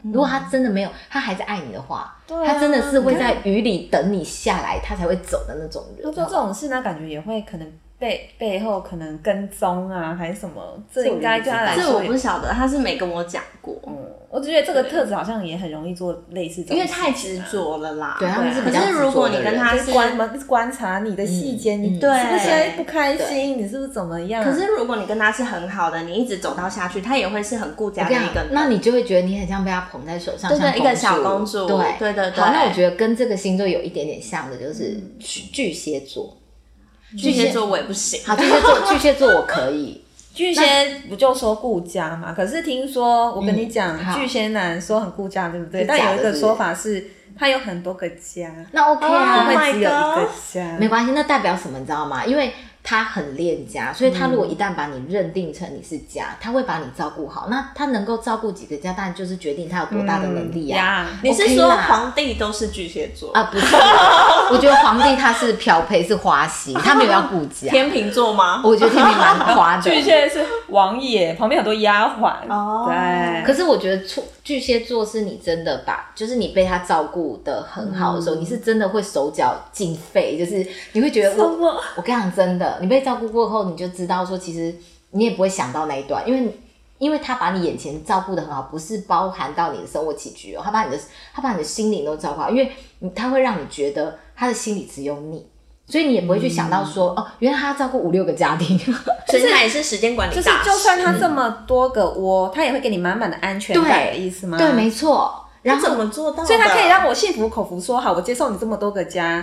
Speaker 1: 如果他真的没有，他还是爱你的话，
Speaker 3: 对啊
Speaker 1: 他真的是会在雨里等你下来，他才会走的那种
Speaker 3: 他
Speaker 1: 人。
Speaker 3: 做这种事，那感觉也会可能背背后可能跟踪啊，还是什么？这应该对他来
Speaker 2: 这我
Speaker 3: 说也
Speaker 2: 不晓得，他是没跟我讲过。
Speaker 3: 嗯，我我只觉得这个特质好像也很容易做类似这种事情，
Speaker 2: 因为太执着了啦。
Speaker 1: 对他们是比较
Speaker 2: 可是如果
Speaker 1: 执着的
Speaker 2: 你
Speaker 1: 人
Speaker 2: 跟他
Speaker 3: 就是是观嘛，观察你的细节，
Speaker 1: 嗯
Speaker 3: 你
Speaker 1: 嗯
Speaker 3: 是不
Speaker 2: 对
Speaker 3: 是现在不开心？你是不是怎么样？
Speaker 2: 可是如果你跟他是很好的，你一直走到下去，他也会是很顾
Speaker 1: 我
Speaker 2: 家的
Speaker 1: 跟
Speaker 2: 啊一
Speaker 1: 你
Speaker 2: 个
Speaker 1: 讲
Speaker 2: 人，。
Speaker 1: 那你就会觉得你很像被他捧在手上，
Speaker 2: 对对
Speaker 1: 像
Speaker 2: 一个小公主
Speaker 1: 对
Speaker 2: 对对对嗯
Speaker 1: 好，那我觉得跟这个星座有一点点像的，就是巨巨蟹座。
Speaker 2: 巨蟹座我也不行，
Speaker 1: 好，巨蟹座，巨蟹座我可以。
Speaker 3: 巨蟹不就说顾家嘛？可是听说我跟你讲，
Speaker 1: 嗯好
Speaker 3: 巨蟹男说很顾家，对不对？
Speaker 1: 是假的
Speaker 3: 但有一
Speaker 1: 是
Speaker 3: 个
Speaker 1: 不是
Speaker 3: 说法是，他有很多个家，
Speaker 1: 那 OK
Speaker 3: 不
Speaker 1: 啊，
Speaker 2: Oh
Speaker 3: 会
Speaker 2: my
Speaker 3: 只有一
Speaker 2: God
Speaker 3: 个家。
Speaker 1: 没关系，那代表什么你知道吗？因为他很恋家，所以他如果一旦把你认定成你是家，他会把你照顾好。那他能够照顾几个家，当然就是决定他有多大的能力啊。
Speaker 3: 嗯呀
Speaker 2: 你是
Speaker 1: OK
Speaker 2: 说
Speaker 1: 啦
Speaker 2: 皇帝都是巨蟹座
Speaker 1: 啊，不是， 我觉得皇帝他是漂培是花心，他没有要顾家。
Speaker 2: 天秤座吗？
Speaker 1: 我觉得天平蛮花 的，
Speaker 3: 巨蟹是王爷，旁边很多丫鬟。
Speaker 2: 哦
Speaker 3: 对，
Speaker 1: 可是我觉得处巨蟹座是你真的把，就是你被他照顾的很好的时候，你是真的会手脚尽废，就是你会觉得
Speaker 3: 什么
Speaker 1: 我我跟你讲真的，你被照顾过后，你就知道说其实你也不会想到那一段，因为因为他把你眼前照顾的很好，不是包含到你的生活起居哦，他把你的他把你的心灵都照顾好，因为你他会让你觉得他的心里只有你。所以你也不会去想到说、哦，原来他照顾五六个家庭，
Speaker 2: 所以他也是时间管理
Speaker 3: 就是
Speaker 2: 大师。
Speaker 3: 就算他这么多个窝，他也会给你满满的安全感的意思吗？
Speaker 1: 对，没错。然
Speaker 2: 他
Speaker 1: 后
Speaker 2: 怎么做到的？
Speaker 3: 所以他可以让我幸福口服说好，我接受你这么多个家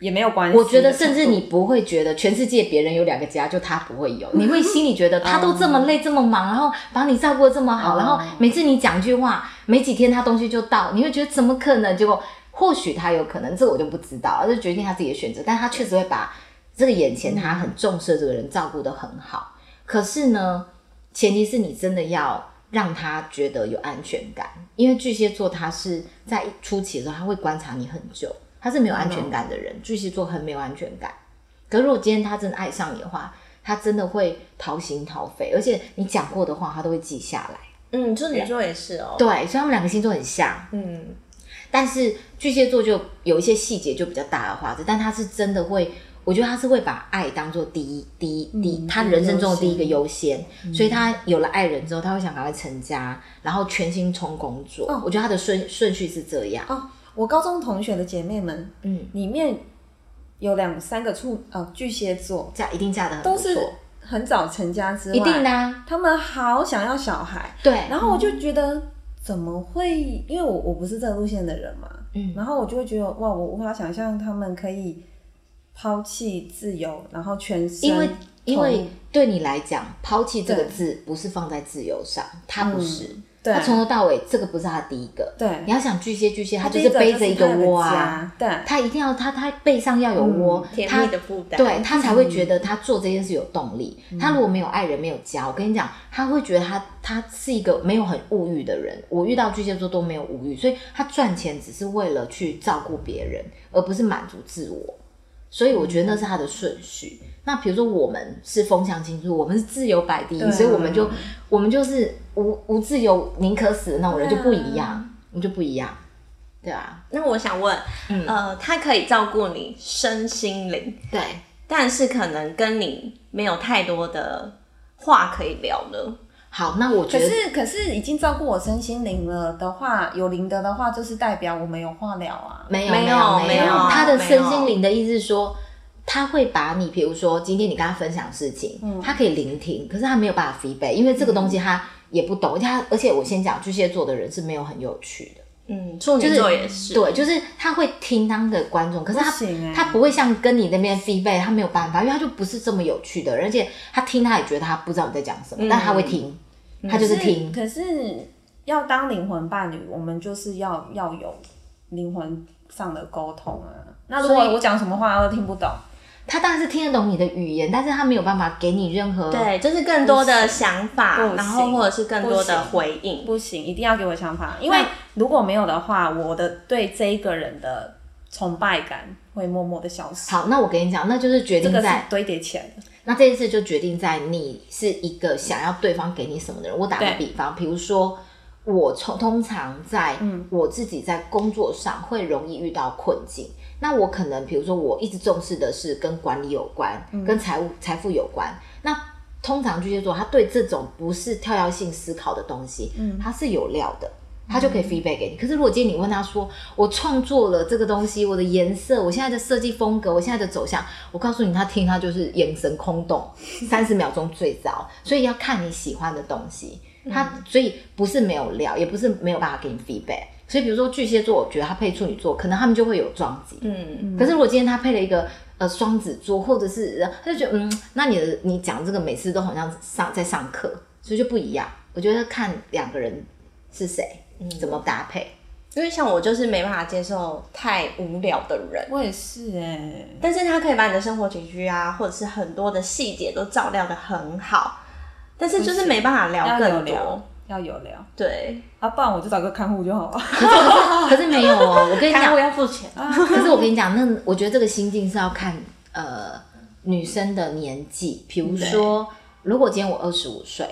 Speaker 3: 也没有关系。
Speaker 1: 我觉得甚至你不会觉得全世界别人有两个家，就他不会有，你会心里觉得他都这么累这么忙，然后把你照顾的这么好，然后每次你讲一句话，没几天他东西就到，你会觉得怎么可能？结果或许他有可能，这我就不知道，这决定他自己的选择，但他确实会把这个眼前他很重视的这个人照顾得很好。可是呢，前提是你真的要让他觉得有安全感，因为巨蟹座他是在初期的时候他会观察你很久，他是没有安全感的人，巨蟹座很没有安全感。可是如果今天他真的爱上你的话，他真的会掏心掏肺，而且你讲过的话他都会记下来。
Speaker 2: 嗯，处女座也是哦。
Speaker 1: 对，所以他们两个星座很像，
Speaker 2: 嗯，
Speaker 1: 但是巨蟹座就有一些细节就比较大而化之，但他是真的会，我觉得他是会把爱当做第一、第一、第一，他人生中的嗯第一个优先，所以他有了爱人之后，他会想赶快成家，然后全心冲工作。
Speaker 3: 哦
Speaker 1: 我觉得他的顺顺序是这样，
Speaker 3: 哦，我高中同学的姐妹们
Speaker 1: 嗯，
Speaker 3: 里面有两三个处呃巨蟹座，
Speaker 1: 嫁一定嫁得很
Speaker 3: 都
Speaker 1: 不
Speaker 3: 是
Speaker 1: 错，
Speaker 3: 很早成家之外，
Speaker 1: 一定的、啊，
Speaker 3: 他们好想要小孩，
Speaker 1: 对，
Speaker 3: 然后我就觉得。怎么会？因为我我不是这个路线的人嘛，
Speaker 1: 嗯
Speaker 3: 然后我就会觉得哇，我无法想象他们可以抛弃自由，然后全身
Speaker 1: 因为因为
Speaker 3: 投入
Speaker 1: 对你来讲，抛弃这个
Speaker 3: 对
Speaker 1: 字不是放在自由上，他不是，
Speaker 3: 对
Speaker 1: 他从头到尾这个不是他第一个。
Speaker 3: 对
Speaker 1: 你要想巨蟹，巨蟹他就
Speaker 3: 第
Speaker 1: 是
Speaker 3: 一
Speaker 1: 背着一个
Speaker 3: 就是他有
Speaker 1: 窝啊，
Speaker 3: 家，对，
Speaker 1: 他一定要他他背上要有窝，
Speaker 2: 嗯甜
Speaker 1: 他
Speaker 2: 蜜的负担。嗯
Speaker 1: 对他才会觉得他做这件事有动力。他如果没有爱人没有家，我跟你讲，他会觉得他他是一个没有很物欲的人。我遇到巨蟹座都没有物欲，所以他赚钱只是为了去照顾别人，而不是满足自我。所以我觉得那是他的顺
Speaker 2: 嗯
Speaker 1: 序。那比如说我们是风向清楚，我们是自由摆第一，
Speaker 3: 对啊
Speaker 1: 所以我们就
Speaker 2: 嗯
Speaker 1: 我们就是无无自由宁可死的那种人，就
Speaker 3: 对啊
Speaker 1: 不一样，你就不一样，对啊，
Speaker 2: 那我想问，
Speaker 1: 嗯
Speaker 2: 呃，他可以照顾你身心灵，
Speaker 1: 对。
Speaker 2: 但是可能跟你没有太多的话可以聊了。
Speaker 1: 好，那我觉
Speaker 3: 可
Speaker 1: 得
Speaker 3: 是可是已经照顾我身心灵了的话，有灵的的话，就是代表我们有话聊啊。
Speaker 1: 没有
Speaker 2: 没有
Speaker 1: 有
Speaker 2: 没有
Speaker 1: 他的身心灵的意思是说，他会把你，比如说今天你跟他分享事情，
Speaker 2: 嗯
Speaker 1: 他可以聆听，可是他没有办法 feedback，因为这个东西他也不懂，而且他而且我先讲巨蟹座的人是没有很有趣的。
Speaker 2: 嗯，处
Speaker 1: 就
Speaker 2: 女座也是。
Speaker 1: 对，就是他会听他的观众，可是他
Speaker 3: 不行欸
Speaker 1: 他不会像跟你那边 feedback，他没有办法，因为他就不是这么有趣的人，而且他听他也觉得他不知道你在讲什么，
Speaker 2: 嗯
Speaker 1: 但他会听，他就是听，
Speaker 3: 可是要当灵魂伴侣，我们就是要要有灵魂上的沟通啊。那如
Speaker 1: 所以
Speaker 3: 果我讲什么话他都听不懂，
Speaker 1: 他当然是听得懂你的语言，但是他没有办法给你任何
Speaker 2: 对，就是更多的想法
Speaker 3: 不，行
Speaker 2: 然后或者是更多的回应。
Speaker 3: 不行，一定要给我想法，因为如果没有的话，我的对这一个人的崇拜感会默默的消失。
Speaker 1: 好，那我跟你讲，那就是决
Speaker 3: 这
Speaker 1: 定
Speaker 3: 个是
Speaker 1: 在
Speaker 3: 堆叠起来的。
Speaker 1: 那这一次就决定在你是一个想要对方给你什么的人。我打个
Speaker 3: 对
Speaker 1: 比方，比如说我从通常在
Speaker 3: 嗯
Speaker 1: 我自己在工作上会容易遇到困境，那我可能比如说我一直重视的是跟管理有关，
Speaker 3: 嗯
Speaker 1: 跟财务财富有关，那。
Speaker 3: 嗯
Speaker 1: 通常巨蟹座，他对这种不是跳跃性思考的东西，他是有料的。他就可
Speaker 2: 嗯
Speaker 1: 以 feedback 给你。可是如果今天你问他说，我创作了这个东西，我的颜色，我现在的设计风格，我现在的走向，我告诉你，他听他就是眼神空 洞，三十秒钟最糟。所以要看你喜欢的东西。
Speaker 2: 嗯
Speaker 1: 他所以不是没有料，也不是没有办法给你 feedback。所以比如说巨蟹座，我觉得他配处女座，可能他们就会有撞击。
Speaker 2: 嗯，
Speaker 1: 可是如果今天他配了一个呃双子座，或者是呃他就觉得嗯，那你的你讲这个每次都好像上在上课，所以就不一样。我觉得看两个人是谁，
Speaker 3: 嗯
Speaker 1: 怎么搭配。
Speaker 2: 因为像我就是没办法接受太无聊的人，
Speaker 3: 我也是哎、
Speaker 2: 但是他可以把你的生活起居啊，或者是很多的细节都照料的很好，但是就是没办法聊
Speaker 3: 要有
Speaker 2: 更
Speaker 3: 聊
Speaker 2: 多。，
Speaker 3: 要有聊
Speaker 2: 对，
Speaker 3: 啊，不然我就找个看护就好了。
Speaker 1: 可是没有哦，我跟你
Speaker 2: 看
Speaker 1: 讲
Speaker 2: 我，要付钱，
Speaker 1: 可是我跟你讲，那我觉得这个心境是要看呃女生的年纪。比如说，如果今天我二十五岁，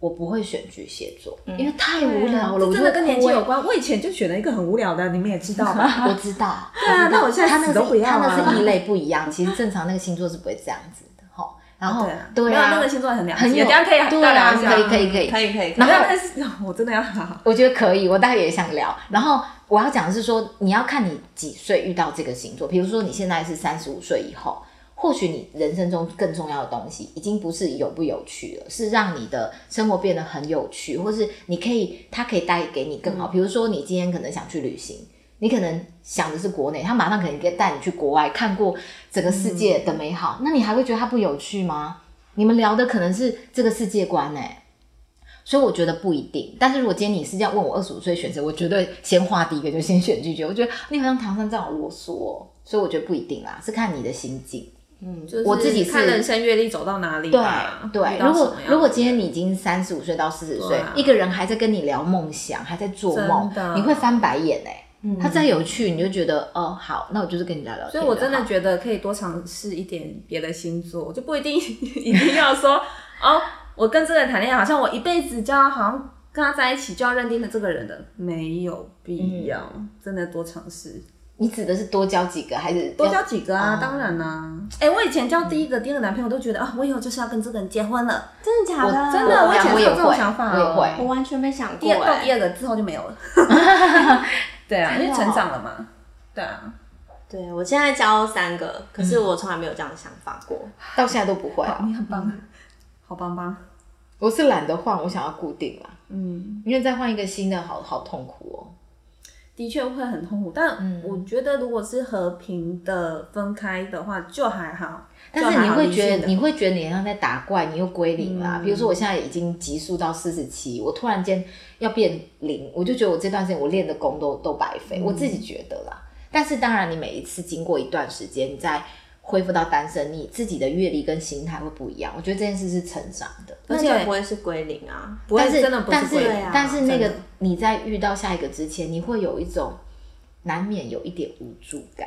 Speaker 1: 我不会选巨蟹座，因为太无聊了。我就
Speaker 3: 嗯啊这真的跟
Speaker 1: 会
Speaker 3: 年纪
Speaker 1: 哭欸
Speaker 3: 有关。我以前就选了一个很无聊的，你们也知道吧？
Speaker 1: 我知道，对
Speaker 3: 啊那我现在
Speaker 1: 他那
Speaker 3: 死
Speaker 1: 个
Speaker 3: 都不
Speaker 1: 是
Speaker 3: 要
Speaker 1: 他
Speaker 3: 啊
Speaker 1: 那是异类不一样，其实正常那个星座是不会这样子的哈。吼然后
Speaker 3: 对啊
Speaker 1: 对
Speaker 3: 没有
Speaker 1: 啊，
Speaker 3: 那个星座很了解
Speaker 1: 很有，
Speaker 3: 等一下可以
Speaker 1: 对
Speaker 3: 再
Speaker 1: 啊，
Speaker 3: 聊一下
Speaker 1: 可以可以可以
Speaker 2: 可以可以。
Speaker 1: 然
Speaker 2: 然
Speaker 1: 后
Speaker 2: 后
Speaker 3: 但是哦我真的要好
Speaker 1: 我觉得可以，我大概也想聊。然后我要讲的是说，你要看你几岁遇到这个星座，比如说你现在是三十五岁以后，或许你人生中更重要的东西，已经不是有不有趣了，是让你的生活变得很有趣，或是你可以，它可以带给你更好。比如说你今天可能想去旅行。你可能想的是国内，他马上可能可以带你去国外，看过整个世界的美好，那你还会觉得它不有趣吗？你们聊的可能是这个世界观呢、欸所以我觉得不一定。但是如果今天你是这样问我二十五岁选择，我绝对先划第一个就先选拒绝。我觉得你好像唐三藏好啰嗦、哦，所以我觉得不一定啦，是看你的心境。
Speaker 3: 嗯，就是
Speaker 1: 我自己是
Speaker 3: 看人生阅历走到哪里
Speaker 1: 对
Speaker 3: 吧。啊遇
Speaker 1: 对，
Speaker 3: 到
Speaker 1: 如
Speaker 3: 什
Speaker 1: 果
Speaker 3: 么样的
Speaker 1: 如果今天你已经三十五岁到四十岁
Speaker 3: 对啊，
Speaker 1: 一个人还在跟你聊梦想，还在做梦
Speaker 3: 真，的嗯
Speaker 1: 你会翻白眼哎、他再有趣，你就觉得哦好，那我就是跟你聊聊天就
Speaker 3: 所
Speaker 1: 好。
Speaker 3: 以我真的觉得可以多尝试一点别的星座，就不一定 一定要说哦，我跟这个人谈恋爱，好像我一辈子就要好像跟他在一起就要认定了这个人的，没有
Speaker 1: 嗯
Speaker 3: 必要，真的多尝试，
Speaker 1: 你指的是多交几个还是
Speaker 3: 多
Speaker 1: 要哦
Speaker 3: 交几个啊，当然啦、哎、我以前交第一个、第二个男朋友都觉得啊，我以后就是要跟这个人结婚了，
Speaker 2: 真的假的？
Speaker 3: 真的我以前
Speaker 1: 我
Speaker 3: 是
Speaker 1: 也
Speaker 3: 有这种
Speaker 1: 会
Speaker 3: 想法
Speaker 1: 我也
Speaker 3: 哦
Speaker 2: 我
Speaker 1: 会。
Speaker 2: 完全没想
Speaker 3: 第
Speaker 2: 过
Speaker 3: 二到
Speaker 2: 哎、
Speaker 3: 第二个之后就没有 了，对啊，因为成
Speaker 1: 哦
Speaker 3: 长了嘛，对啊，
Speaker 2: 对我现在交三个，可是我从来没有这样的想法过。
Speaker 1: 到现在都不会啊，
Speaker 3: 你很棒，好棒棒，
Speaker 1: 我是懒得换，我想要固定啦，
Speaker 3: 嗯。
Speaker 1: 因为再换一个新的好好痛苦哦。
Speaker 3: 的确会很痛苦，但
Speaker 1: 嗯
Speaker 3: 我觉得如果是和平的分开的话，就还好。
Speaker 1: 但是你会觉
Speaker 3: 就还好
Speaker 1: 得，
Speaker 3: 理性
Speaker 1: 你会觉得你好像在打怪，你又归零啦。比如说，我现在已经急速到四十七，我突然间要变零，我就觉得我这段时间我练的功都都白费，我自己觉得啦。但是当然，你每一次经过一段时间，你再恢复到单身，你自己的阅历跟心态会不一样。我觉得这件事是成长的。
Speaker 3: 而
Speaker 2: 那
Speaker 3: 且
Speaker 2: 就不会是归零啊。
Speaker 3: 不会
Speaker 1: 但是
Speaker 3: 真的不
Speaker 1: 但
Speaker 3: 是
Speaker 1: 是
Speaker 3: 贵
Speaker 2: 对啊
Speaker 1: 但是那
Speaker 3: 真
Speaker 1: 个
Speaker 3: 的
Speaker 1: 你在遇到下一个之前，你会有一种难免有一点无助感。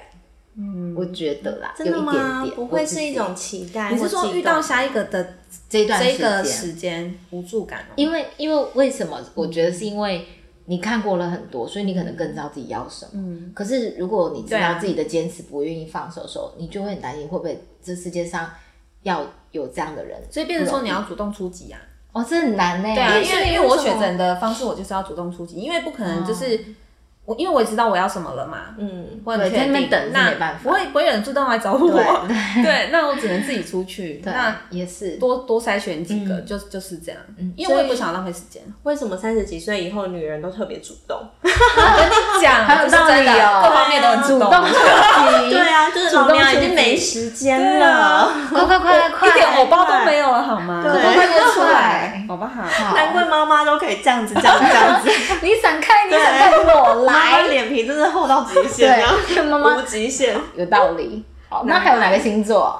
Speaker 1: 嗯，我觉得啦，有
Speaker 2: 真的
Speaker 1: 一点
Speaker 2: 吗？
Speaker 1: 点，
Speaker 2: 不
Speaker 1: 我
Speaker 2: 会
Speaker 1: 自
Speaker 2: 是
Speaker 1: 己
Speaker 2: 一种期待或
Speaker 3: 你
Speaker 2: 激动？
Speaker 3: 是说遇到下一个的
Speaker 1: 这一段
Speaker 3: 这
Speaker 1: 时
Speaker 3: 个
Speaker 1: 间
Speaker 3: 时间无助感哦？
Speaker 1: 因为因为为什么？我觉得是因为你看过了很多，所以你可能更知道自己要什么。嗯。可是如果你知
Speaker 3: 对
Speaker 1: 道
Speaker 3: 啊
Speaker 1: 自己的坚持不愿意放手的时候，你就会很担心会不会这世界上要有这样的人。
Speaker 3: 所以变成说你要主动出击啊！
Speaker 1: 哦，这很难呢、
Speaker 3: 对啊，因
Speaker 1: 为哦
Speaker 3: 为因
Speaker 2: 因为
Speaker 3: 为我
Speaker 2: 为什么
Speaker 3: 选择的方式，我就是要主动出击，因为不可能就是我，因为我也知道我要什么了嘛。
Speaker 2: 嗯，
Speaker 3: 我很
Speaker 1: 对
Speaker 3: 确
Speaker 1: 在那边
Speaker 3: 定
Speaker 1: 等是
Speaker 3: 那
Speaker 1: 没办法
Speaker 3: 不会不会有人主动来找我。
Speaker 1: 对
Speaker 3: 对，那我只能自己出去。那
Speaker 1: 也 是。
Speaker 3: 多多筛选几个，
Speaker 1: 嗯
Speaker 3: 就就是这样。因为我也不想浪费时间。
Speaker 2: 为什么三十几岁以后女人都特别主动？
Speaker 3: 讲，
Speaker 1: 很有道理哦
Speaker 3: 就是真的各方面都很
Speaker 1: 主动出
Speaker 3: 动，
Speaker 1: 击，
Speaker 2: 对啊，就是老娘已经没时间了。
Speaker 1: 快快快 快，
Speaker 3: 一点偶包都没有了，好吗？
Speaker 1: 快
Speaker 2: 对
Speaker 1: 快快出来！
Speaker 3: 好不好？
Speaker 1: 好
Speaker 2: 难怪妈妈都可以这样子，这样这样 子。
Speaker 1: 你闪开，你闪开，我
Speaker 2: 妈妈
Speaker 1: 来。
Speaker 2: 脸皮真是厚到极限，
Speaker 1: 对
Speaker 2: 然
Speaker 1: 妈
Speaker 2: 后
Speaker 1: 妈
Speaker 2: 无极限。
Speaker 1: 有道理。好，那还有哪个星座？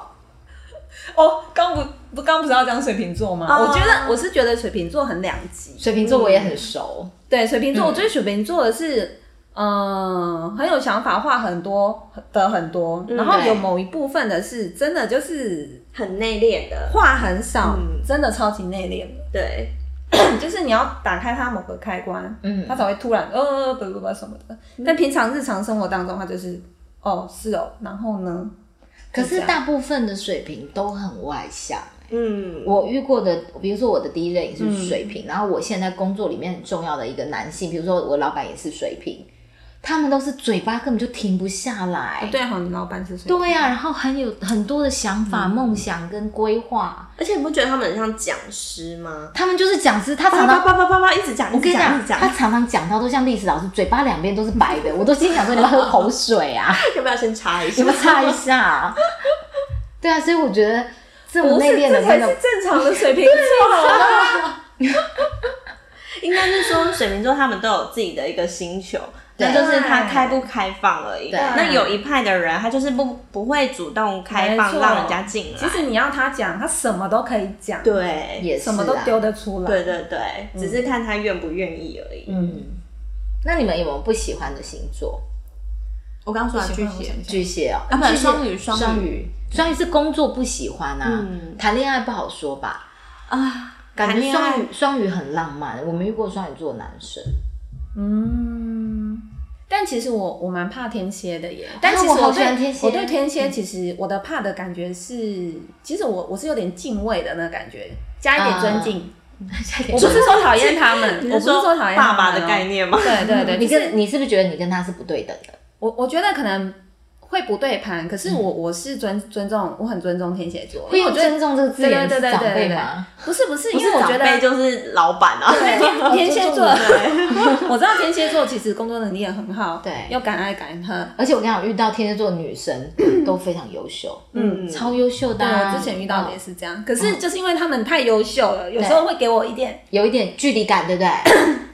Speaker 3: 哦，刚不不刚不是要讲水瓶座吗？
Speaker 2: 哦
Speaker 3: 我觉得我是觉得水瓶座很两极。
Speaker 1: 水瓶座我也很熟。
Speaker 3: 对，水瓶座，
Speaker 1: 嗯
Speaker 3: 我觉得水瓶座的是。嗯，很有想法，话很多的很多，
Speaker 1: 嗯
Speaker 3: 然后有某一部分的是真的就是
Speaker 2: 很内敛的，
Speaker 3: 话很少，
Speaker 2: 嗯
Speaker 3: 真的超级内敛的
Speaker 2: 对，
Speaker 3: 就是你要打开他某个开关，
Speaker 1: 嗯
Speaker 3: 他才会突然呃不不不什么的。但平常日常生活当中，他就是哦是哦，然后呢？
Speaker 1: 可
Speaker 3: 就这
Speaker 1: 是
Speaker 3: 样
Speaker 1: 大部分的水瓶都很外向、欸
Speaker 2: 嗯，
Speaker 1: 我遇过的，比如说我的第一任也是水瓶，然后我现在工作里面很重要的一个男性，比如说我老板也是水瓶，他们都是嘴巴根本就停不下来。
Speaker 3: 哦对，啊好，你老板是谁？
Speaker 1: 啊对啊嗯呀、然后很有很多的想法、梦想跟规划，
Speaker 2: 而且你不觉得他们很像讲师吗？
Speaker 1: 他们就是讲师，啊他
Speaker 2: 叭
Speaker 1: 常
Speaker 2: 叭
Speaker 1: 常。
Speaker 2: 叭叭叭叭，一直讲，
Speaker 1: 我
Speaker 2: 一
Speaker 1: 跟你
Speaker 2: 直讲，一
Speaker 1: 讲，
Speaker 2: 直讲
Speaker 1: 他，常常讲到都像历史老师，嘴巴两边都是白 的，我都心想说你们喝口水啊，
Speaker 2: 要不要先查一下？
Speaker 1: 你 们擦一下。对啊，所以我觉得这种
Speaker 3: 不
Speaker 1: 内
Speaker 3: 是，
Speaker 1: 敛的
Speaker 3: 这
Speaker 1: 真
Speaker 3: 才是
Speaker 1: 的
Speaker 3: 正常的水瓶
Speaker 1: 啊
Speaker 3: 座。
Speaker 2: 应该是说水瓶座他们都有自己的一个星球，
Speaker 1: 对
Speaker 2: 那就是他开不开放而已。
Speaker 1: 对
Speaker 2: 那有一派的人，他就是不不会主动开
Speaker 3: 没
Speaker 2: 放
Speaker 3: 错
Speaker 2: 让人家进
Speaker 3: 其
Speaker 2: 来。
Speaker 3: 实你要他讲，他什么都可以讲，
Speaker 2: 对，
Speaker 1: 也是
Speaker 3: 什么都
Speaker 1: 啊
Speaker 3: 丢得出来。
Speaker 2: 对对对，只是看他愿不愿意而已。
Speaker 1: 嗯，那你们有没有不喜欢的星座？
Speaker 2: 我刚说完
Speaker 3: 喜欢我想
Speaker 1: 巨蟹哦，
Speaker 2: 啊不然
Speaker 1: 巨蟹
Speaker 2: 双鱼双鱼
Speaker 1: 双鱼，双鱼是工作不喜欢啊，
Speaker 2: 嗯
Speaker 1: 谈恋爱不好说吧？
Speaker 2: 啊，
Speaker 1: 感
Speaker 2: 谈
Speaker 1: 觉
Speaker 2: 恋爱
Speaker 1: 双鱼双鱼很浪漫，我没遇过双鱼座的男生，
Speaker 3: 嗯，但其实我我蛮怕天蝎的耶，但
Speaker 1: 啊
Speaker 3: 其实
Speaker 1: 我好
Speaker 3: 对
Speaker 1: 喜欢天蝎嗯
Speaker 3: 我对天蝎其实我的怕的感觉是，其实我我是有点敬畏的那个感觉，加一
Speaker 1: 啊
Speaker 3: 点尊敬。我不是说讨厌他们，
Speaker 2: 你
Speaker 3: 我不是说讨厌他
Speaker 2: 爸
Speaker 3: 们
Speaker 2: 爸
Speaker 3: 哦
Speaker 2: 的概。念吗？
Speaker 3: 对对对，
Speaker 1: 你
Speaker 3: 就是
Speaker 1: 跟你是不是觉得你跟他是不对等的？
Speaker 3: 我我觉得可能会不对盘，可是我我是尊尊重，我很尊重天蝎座，
Speaker 1: 会
Speaker 3: 因为
Speaker 1: 有
Speaker 3: 我觉得
Speaker 1: 尊重这个字
Speaker 3: 对对
Speaker 1: 眼
Speaker 3: 对
Speaker 1: 是
Speaker 3: 对
Speaker 1: 长
Speaker 3: 对对
Speaker 1: 辈
Speaker 3: 对
Speaker 1: 吗？，
Speaker 3: 不是不是，因
Speaker 2: 不是
Speaker 3: 为我觉
Speaker 2: 长辈
Speaker 3: 得
Speaker 2: 就是老板啊，
Speaker 3: 天天蝎座，
Speaker 2: 对
Speaker 3: 我知道天蝎座其实工作能力也很好，
Speaker 1: 对
Speaker 3: 又敢爱敢恨，
Speaker 1: 而且我跟你讲，遇到天蝎座的女 生都非常优秀，
Speaker 2: 嗯
Speaker 1: 超优秀的
Speaker 3: 对，
Speaker 1: 啊。
Speaker 3: 我之前遇到的也
Speaker 1: 嗯
Speaker 3: 是这样。可是就是因为他们太优秀了，有时候会给我一点
Speaker 1: 有一点距离感，对不 对？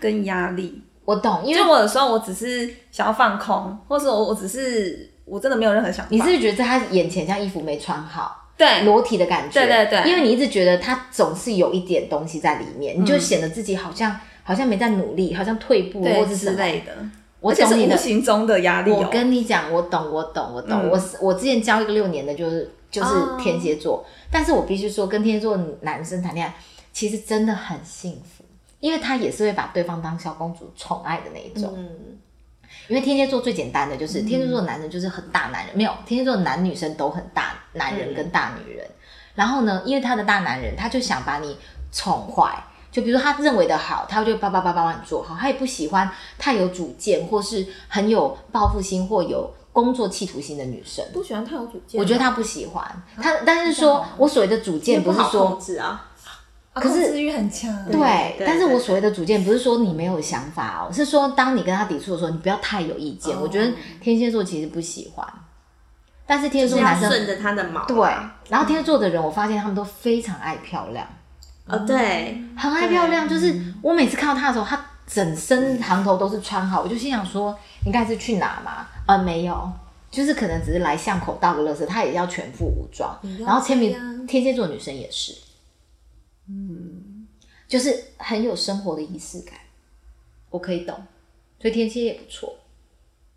Speaker 3: 跟压力。
Speaker 1: 我懂，因
Speaker 3: 因
Speaker 1: 为
Speaker 3: 为我有时候我只是想要放空，或者我我只是我真的没有任何想法。
Speaker 1: 你是不是觉得在他眼前像衣服没穿好，
Speaker 3: 对
Speaker 1: 裸体的感觉，
Speaker 3: 嗯对对对
Speaker 1: 因为你一直觉得他总是有一点东西在里面，你就显得自己好像好像没在努力，好像退步或
Speaker 3: 嗯对
Speaker 1: 者
Speaker 3: 之
Speaker 1: 什么。
Speaker 3: 类的，
Speaker 1: 我
Speaker 3: 而且是
Speaker 1: 懂你
Speaker 3: 无
Speaker 1: 的，
Speaker 3: 形中的压力哦。嗯
Speaker 1: 我跟你讲，我懂，我懂，我懂。我是我之前教一个六年的，就是就是
Speaker 3: 哦
Speaker 1: 天蝎座，但是我必须说，跟天蝎座的男生谈恋爱，其实真的很幸福，因为他也是会把对方当小公主宠爱的那一种。
Speaker 2: 嗯，
Speaker 1: 因为天蝎座最简单的就是天蝎座的男人就是很大男人，没有天蝎座的男女生都很大男人跟大女人。然后呢，因为他的大男人，他就想把你宠坏。就比如说他认为的好，他就叭叭叭叭帮你做好，他也不喜欢太有主见或是很有报复心或有工作企图心的女生。
Speaker 3: 不喜欢太有主见，
Speaker 1: 我觉得他不喜欢他，但是说我所谓的主见不是
Speaker 2: 好控
Speaker 1: 说
Speaker 2: 制啊，
Speaker 3: 啊
Speaker 1: 可是
Speaker 3: 控制欲很强。
Speaker 1: 对，
Speaker 2: 对
Speaker 1: 但是
Speaker 2: 对
Speaker 1: 我所谓的主见不是说你没有想法哦，是说当你跟他抵触的时候，你不要太有意见。我觉
Speaker 2: 哦
Speaker 1: 得天蝎座其实不喜欢，但是天蝎
Speaker 2: 就
Speaker 1: 座
Speaker 2: 是
Speaker 1: 男
Speaker 2: 要
Speaker 1: 生
Speaker 2: 顺着他的毛啊。
Speaker 1: 对，然后天蝎座的人，我发现他们都非常爱漂亮，
Speaker 2: 哦对，
Speaker 1: 很爱漂亮。就是我每次看到他的时候，他整身行头都是穿好，我就心想说，你刚才是去哪嘛？呃，没有。就是可能只是来巷口倒个垃圾，他也要全副武装。然后签名，天蝎座女生也是，嗯，
Speaker 3: 嗯
Speaker 1: 就是很有生活的仪式感，我可以懂，所以天蝎也不错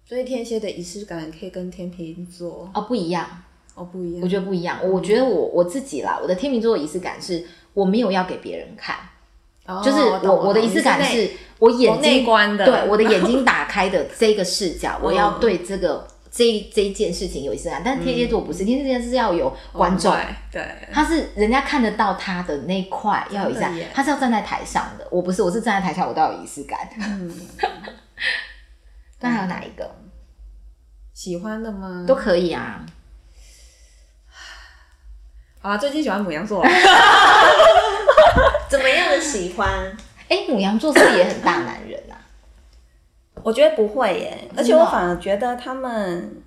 Speaker 3: 所以天蝎的仪式感可以跟天秤座
Speaker 1: 哦，不一样，
Speaker 3: 哦不一样。
Speaker 1: 我觉得不一样。
Speaker 3: 嗯
Speaker 1: 我觉得我我自己啦，我的天秤座的仪式感是我没有要给别人看，
Speaker 3: 哦
Speaker 1: 就是我
Speaker 3: 懂
Speaker 1: 我的仪式感
Speaker 3: 你内
Speaker 1: 是我眼睛
Speaker 3: 内观的嗯
Speaker 1: 对我的眼睛打开的这个视角，我要对这个这这一件事情有仪式感。但是天蝎座不
Speaker 3: 嗯
Speaker 1: 是，天蝎座是要有观众，
Speaker 3: 对
Speaker 1: 他是人家看得到他的那一块要有仪式感
Speaker 3: 真的耶，
Speaker 1: 他是要站在台上的。我不是，我是站在台下，我都要有仪式感。
Speaker 3: 嗯
Speaker 1: 那还有哪一个
Speaker 3: 喜欢的吗？
Speaker 1: 都可以啊？
Speaker 3: 好啊，最近喜欢母羊座。
Speaker 2: 怎么样的喜欢？
Speaker 1: 哎，母羊座是不是也很大男人 啊？
Speaker 3: 我觉得不会耶，
Speaker 1: 哦
Speaker 3: 而且我反而觉得他们，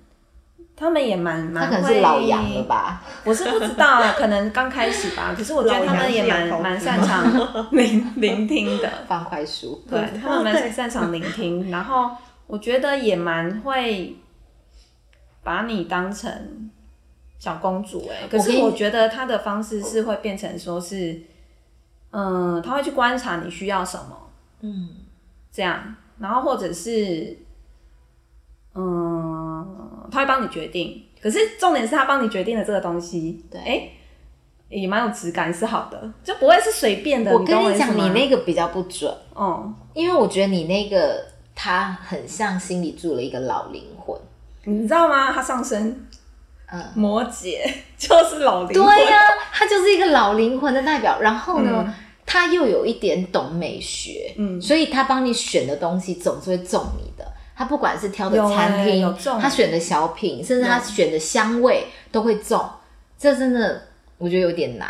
Speaker 3: 他们也蛮
Speaker 1: 他
Speaker 3: 蛮
Speaker 1: 可能
Speaker 3: 会
Speaker 1: 是老羊了？吧？
Speaker 3: 我是不知道啊，可能刚开始吧。可是我觉得他们也
Speaker 2: 老羊是
Speaker 3: 蛮
Speaker 2: 养猴子
Speaker 3: 蛮擅长聆 聆听的，
Speaker 1: 方块叔，
Speaker 3: 对他们蛮擅长聆听，然后我觉得也蛮会把你当成小公主哎。可
Speaker 1: 我
Speaker 3: 是
Speaker 1: 跟你
Speaker 3: 我觉得他的方式是会变成说是，嗯，他会去观察你需要什么。
Speaker 1: 嗯，
Speaker 3: 这样，然后或者是，嗯，他会帮你决定。可是重点是他帮你决定了这个东西，
Speaker 1: 对
Speaker 3: 哎，也蛮有质感，是好的，就不会是随便的。
Speaker 1: 我跟
Speaker 3: 懂我
Speaker 1: 你
Speaker 3: 意思
Speaker 1: 讲，
Speaker 3: 吗
Speaker 1: 你，那个比较不准。
Speaker 3: 哦，
Speaker 1: 因为我觉得你那个他很像心里住了一个老灵魂，
Speaker 3: 你知道吗？他上身，摩羯就是老灵魂，
Speaker 1: 嗯对呀、他就是一个老灵魂的代表。然后呢，他又有一点懂美学，
Speaker 3: 嗯
Speaker 1: 所以他帮你选的东西总是会中你的。他不管是挑的
Speaker 3: 有欸
Speaker 1: 餐厅，
Speaker 3: 有中
Speaker 1: 他选的小品，甚至他选的香味都会中。这真的，我觉得有点难。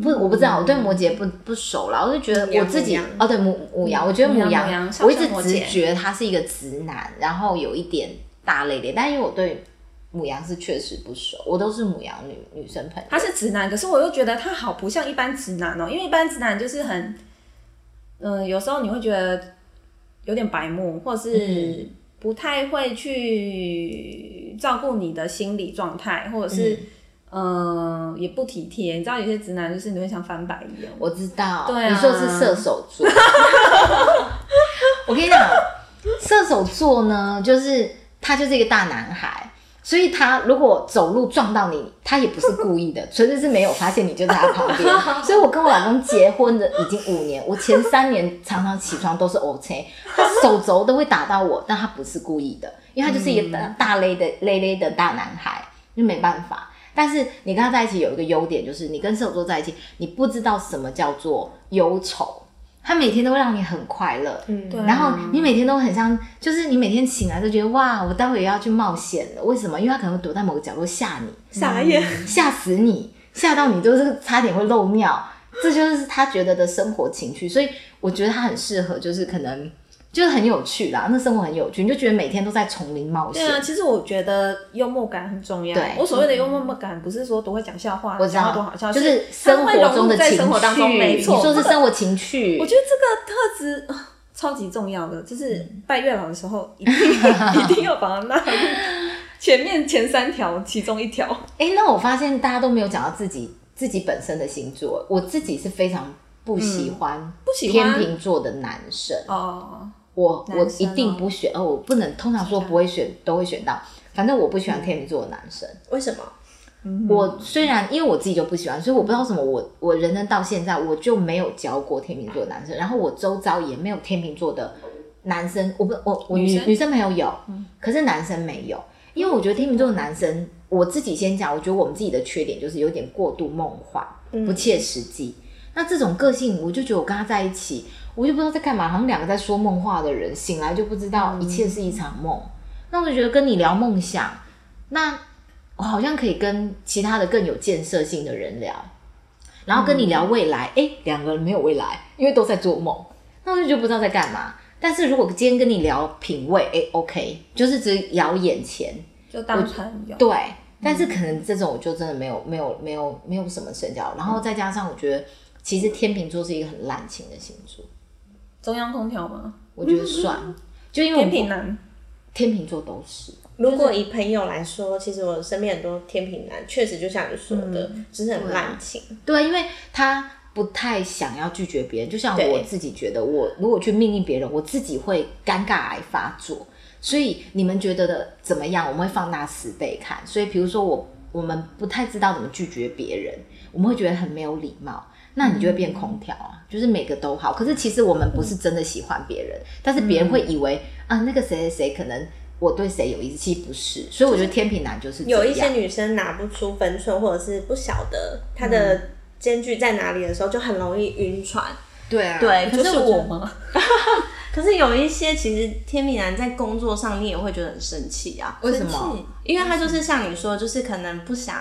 Speaker 1: 不，我不知道，我对摩羯不不熟啦，我就觉得
Speaker 2: 母
Speaker 1: 我
Speaker 2: 羊
Speaker 1: 自己
Speaker 2: 母羊
Speaker 1: 哦，对母母羊，我觉得母
Speaker 3: 母羊
Speaker 1: 羊，
Speaker 3: 母羊上
Speaker 1: 我一直
Speaker 3: 升摩
Speaker 1: 直
Speaker 3: 羯
Speaker 1: 觉他是一个直男，然后有一点大咧咧，但因为我对母羊是确实不熟，我都是母羊女女生朋友。
Speaker 3: 他是直男，可是我又觉得他好不像一般直男哦、因为一般直男就是很，嗯、有时候你会觉得有点白目，或是
Speaker 1: 嗯
Speaker 3: 不太会去照顾你的心理状态，或者是嗯、呃也不体贴。你知道有些直男就是你会想翻白眼，
Speaker 1: 我知道，
Speaker 3: 对啊
Speaker 1: 你说是射手座。 我跟你讲，射手座呢，就是他就是一个大男孩，所以他如果走路撞到你，他也不是故意的，纯粹是没有发现你就在他旁边。所以我跟我老公结婚的已经五年，我前三年常常起床都是 OK，他手肘都会打到我，但他不是故意的，因为他就是一个大大勒的勒勒的大男孩，就没办法。但是你跟他在一起有一个优点，就是你跟射手座在一起，你不知道什么叫做忧愁，他每天都会让你很快乐。
Speaker 2: 嗯，
Speaker 3: 对
Speaker 1: 然后你每天都很像，就是你每天醒来都觉得哇，我待会也要去冒险了。为什么？因为他可能会躲在某个角落吓你，
Speaker 2: 傻眼，
Speaker 1: 吓死你，吓到你就是差点会漏尿。这就是他觉得的生活情趣，所以我觉得他很适合，就是可能就是很有趣啦，那生活很有趣，你就觉得每天都在丛林冒险
Speaker 3: 对。啊，其实我觉得幽默感很重要
Speaker 1: 对。
Speaker 3: 我所谓的幽默感，不是说多会讲笑话，
Speaker 1: 我知
Speaker 3: 讲话
Speaker 1: 道，
Speaker 3: 多好笑，
Speaker 1: 就是
Speaker 3: 它
Speaker 1: 生
Speaker 3: 会
Speaker 1: 活
Speaker 3: 融
Speaker 1: 中
Speaker 3: 入
Speaker 1: 的
Speaker 3: 在
Speaker 1: 情
Speaker 3: 生活当
Speaker 1: 趣。
Speaker 3: 中，没错。
Speaker 1: 你说是
Speaker 3: 这个
Speaker 1: 生活情趣，
Speaker 3: 我觉得这个特质呃超级重要的，就是
Speaker 1: 嗯
Speaker 3: 拜月老的时候一定 一定要把它纳入前面前三条其中一条。
Speaker 1: 哎、那我发现大家都没有讲到自己自己本身的星座，我自己是非常不喜欢、
Speaker 3: 嗯不喜
Speaker 1: 天
Speaker 3: 欢
Speaker 1: 秤座的男生，
Speaker 3: 哦，
Speaker 1: 我我
Speaker 3: 男
Speaker 1: 一
Speaker 3: 生
Speaker 1: 定
Speaker 3: 哦
Speaker 1: 不选，哦，我不能通常说不会选，都会选到，反正我不喜欢天秤座的男生。
Speaker 2: 为什么？
Speaker 1: 我虽然因为我自己就不喜欢，所以我不知道为什么我我人生到现在我就没有交过天秤座的男生，然后我周遭也没有天秤座的男生，我不我我女
Speaker 3: 女生
Speaker 1: 女生朋友有，可是男生没有，因为我觉得天秤座的男生，我自己先讲，我觉得我们自己的缺点就是有点过度梦幻，不切实际。那这种个性，我就觉得我跟他在一起，我就不知道在干嘛，好像两个在说梦话的人，醒来就不知道一切是一场梦。那我就觉得跟你聊梦想，那我哦好像可以跟其他的更有建设性的人聊，然后跟你聊未
Speaker 3: 嗯
Speaker 1: 来，诶，两个人没有未来，因为都在做梦，那我就觉得不知道在干嘛。但是如果今天跟你聊品味，诶 o k 就是只聊眼前，
Speaker 3: 就当朋友。
Speaker 1: 对，但是可能这种我就真的没有
Speaker 3: 嗯
Speaker 1: 没有没有没有什么深交，然后再加上我觉得，其实天秤座是一个很滥情的星座，
Speaker 3: 中央空调吗？
Speaker 1: 我觉得算，就因为我
Speaker 3: 嗯天
Speaker 1: 们
Speaker 3: 秤男，
Speaker 1: 天秤座都是，
Speaker 2: 如果以朋友来说，其实我身边很多天平男，确实就像你说的，就是很滥情。
Speaker 1: 嗯对，啊因为他不太想要拒绝别人，就像
Speaker 2: 对
Speaker 1: 我自己觉得我，如果去命令别人，我自己会尴尬癌发作。所以你们觉得的怎么样？我们会放大十倍看。所以比如说我，我们不太知道怎么拒绝别人，我们会觉得很没有礼貌。那你就会变空调
Speaker 2: 嗯
Speaker 1: 啊，就是每个都好。可是其实我们不是真的喜欢别人，但是别人会以为啊，那个谁谁谁可能我对谁有意思，其实不是。所以我觉得天平男就是这
Speaker 2: 有一些
Speaker 1: 样
Speaker 2: 女生拿不出分寸，或者是不晓得她
Speaker 1: 嗯
Speaker 2: 的间距在哪里的时候，就很容易晕船。
Speaker 1: 对啊，
Speaker 2: 对，可
Speaker 3: 就是是我
Speaker 2: 我，
Speaker 3: 吗？
Speaker 2: 可是有一些其实天秤男在工作上，你也会觉得很生气啊，
Speaker 1: 为什么？
Speaker 2: 因为他就是像你说，就是可能不想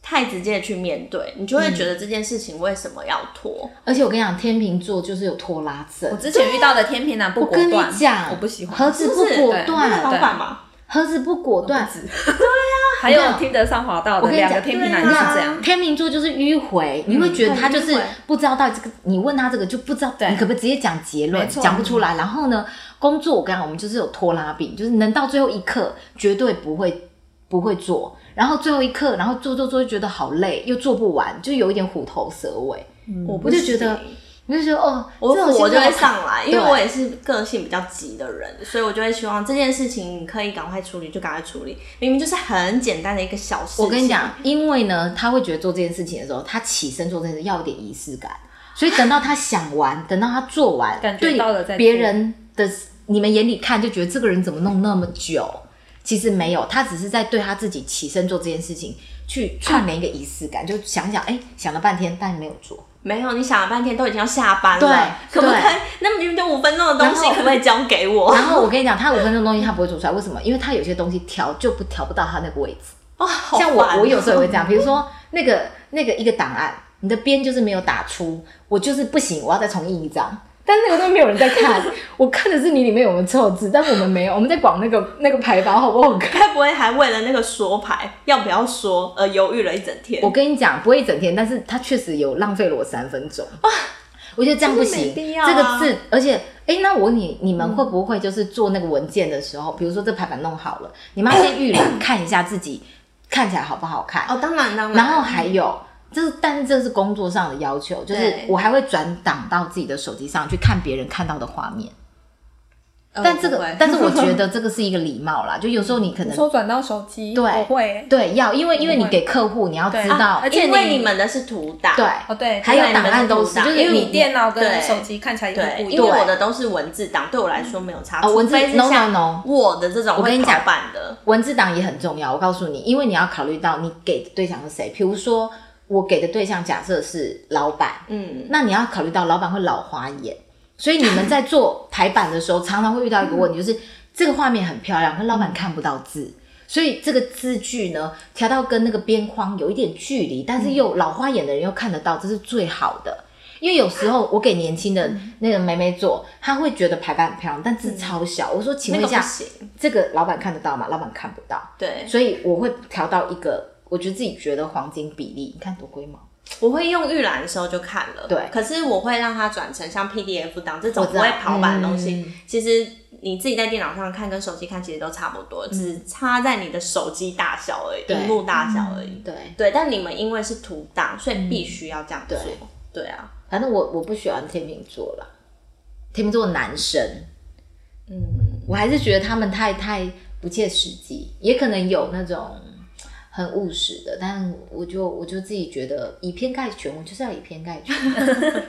Speaker 2: 太直接地去面对，你就会觉得这件事情为什么要拖？
Speaker 1: 而且我跟你讲，天秤座就是有拖拉症
Speaker 3: 我。之前遇到的天秤男不
Speaker 1: 我
Speaker 3: 果
Speaker 1: 跟你
Speaker 3: 断，
Speaker 1: 讲，
Speaker 3: 我不喜欢。
Speaker 1: 盒子
Speaker 2: 是不啊是
Speaker 1: 果
Speaker 2: 那个
Speaker 1: 断，
Speaker 2: 老板嘛，
Speaker 1: 盒子不果断。
Speaker 3: 还有听得上滑道
Speaker 1: 我跟
Speaker 3: 的
Speaker 1: 你
Speaker 3: 两个
Speaker 1: 讲，啊
Speaker 3: 天秤男就是这样。
Speaker 1: 天秤座就是迂回，你会觉得他就是
Speaker 2: 很迂回
Speaker 1: 不知道到底这个，你问他这个就不知道，你可不可以直接讲结论，
Speaker 3: 没错
Speaker 1: 讲不出来。然后呢，工作我跟你讲，我们就是有拖拉病，就是能到最后一刻绝对不会不会做，然后最后一刻，然后做做做就觉得好累，又做不完，就有一点虎头蛇尾。
Speaker 2: 我不
Speaker 1: 我就觉得
Speaker 2: 行。
Speaker 1: 你就觉得哦，
Speaker 2: 我
Speaker 1: 这种
Speaker 2: 火
Speaker 1: 星
Speaker 2: 就
Speaker 1: 座
Speaker 2: 会上来，因为
Speaker 1: 对
Speaker 2: 我也是个性比较急的人，所以我就会希望这件事情可以赶快处理就赶快处理。明明就是很简单的一个小事情，
Speaker 1: 我跟你讲，因为呢，他会觉得做这件事情的时候，他起身做这件事要有点仪式感，所以等到他想完，等到他做完，
Speaker 3: 感觉
Speaker 1: 对
Speaker 3: 到了再做
Speaker 1: 别人的你们眼里看就觉得这个人怎么弄那么久。其实没有，他只是在对他自己起身做这件事情去串联一个仪式感，就想想，哎、想了半天，但没有 做。
Speaker 2: 没有，你想了半天都已经要下班
Speaker 1: 对
Speaker 2: 了，可不可以
Speaker 1: 对？
Speaker 2: 那明明就五分钟的东西，
Speaker 1: 然后
Speaker 2: 可不可以交给我？
Speaker 1: 然后我跟你讲，他五分钟东西他不会做出来，为什么？因为他有些东西调就不调不到他那个位置。
Speaker 2: 哦，好
Speaker 1: 像我
Speaker 2: 烦哦
Speaker 1: 我有时候也会这样，比如说那个那个一个档案，你的边就是没有打出，我就是不行，我要再重印一张。但是那个都没有人在 看，我看的是你里面有没有错字，但我们没有，我们在管那个那个排版好不好看。
Speaker 2: 该不会还为了那个说牌要不要说而犹豫了一整天
Speaker 1: 我？跟你讲，不会一整天，但是他确实有浪费了我三分钟。我觉得这样不行，
Speaker 2: 真的没必要啊
Speaker 1: 这个字，而且，哎，那我问你，你们会不会就是做那个文件的时候，比如说这排版弄好了，你们要先预 览看一下自己看起来好不好看，
Speaker 2: 哦，当然当然。
Speaker 1: 然后还有，这是但是这是工作上的要求，就是
Speaker 2: 嗯对
Speaker 1: 我还会转档到自己的手机上去看别人看到的画面。
Speaker 2: 呃，
Speaker 1: 但这
Speaker 2: 不会
Speaker 1: 个，但是我觉得这个是一个礼貌啦，就有时候你可
Speaker 3: 你
Speaker 1: 能
Speaker 3: 说转到手机，
Speaker 1: 对
Speaker 3: 我会欸，
Speaker 1: 对要，因为因为你给客户你要知道
Speaker 2: 啊，
Speaker 3: 而且
Speaker 2: 因为
Speaker 3: 你
Speaker 2: 你们的是图档，
Speaker 1: 对
Speaker 3: 哦对，
Speaker 1: 还
Speaker 2: 对
Speaker 1: 有
Speaker 2: 你们
Speaker 1: 档案
Speaker 2: 的
Speaker 1: 都
Speaker 2: 图
Speaker 1: 是，
Speaker 2: 档
Speaker 1: 就是
Speaker 2: 因
Speaker 3: 因为你电脑
Speaker 2: 对
Speaker 3: 跟手机看起来也会不
Speaker 2: 对，
Speaker 3: 一
Speaker 2: 因为
Speaker 3: 样。
Speaker 2: 我的都是文字档，对我来说没有差，
Speaker 1: 哦文字
Speaker 2: 除非是
Speaker 1: no，no，
Speaker 2: 像
Speaker 1: no
Speaker 2: Word 这种
Speaker 1: 我跟你讲
Speaker 2: 会跑版的，
Speaker 1: 文字档也很重要。我告诉你，因为你要考虑到你给的对象是谁，比如说我给的对象假设是老板，
Speaker 2: 嗯，
Speaker 1: 那你要考虑到老板会老花眼，所以你们在做排版的时候，常常会遇到一个问
Speaker 2: 嗯
Speaker 1: 题，就是这个画面很漂亮，可是老板看不到字，所以这个字距呢调到跟那个边框有一点距离，但是又老花眼的人又看得到，这是最好的。因为有时候我给年轻的那个妹妹做，她会觉得排版很漂亮，但字超小。我说，请
Speaker 2: 那
Speaker 1: 问一下
Speaker 2: 个不，行，
Speaker 1: 这个老板看得到吗？老板看不到，
Speaker 2: 对，
Speaker 1: 所以我会调到一个，我觉得自己觉得黄金比例。你看多龟毛。
Speaker 2: 我会用预览的时候就看了，
Speaker 1: 对
Speaker 2: 可是我会让它转成像 PDF 档这种
Speaker 1: 我知
Speaker 2: 不
Speaker 1: 道
Speaker 2: 会跑版的东西，
Speaker 1: 嗯
Speaker 2: 其实你自己在电脑上看跟手机看其实都差不多，只差在你的手机大小而已，
Speaker 1: 对
Speaker 2: 屏幕大小而已。
Speaker 1: 对，
Speaker 2: 对，但你们因为是图档，所
Speaker 1: 嗯
Speaker 2: 以必须要这样做。对啊，
Speaker 1: 反正我我不喜欢天秤座啦，天秤座男生，嗯，我还是觉得他们太太不切实际，也可能有那种很务实的，但我就我就自己觉得以偏概全，我就是要以偏概 全。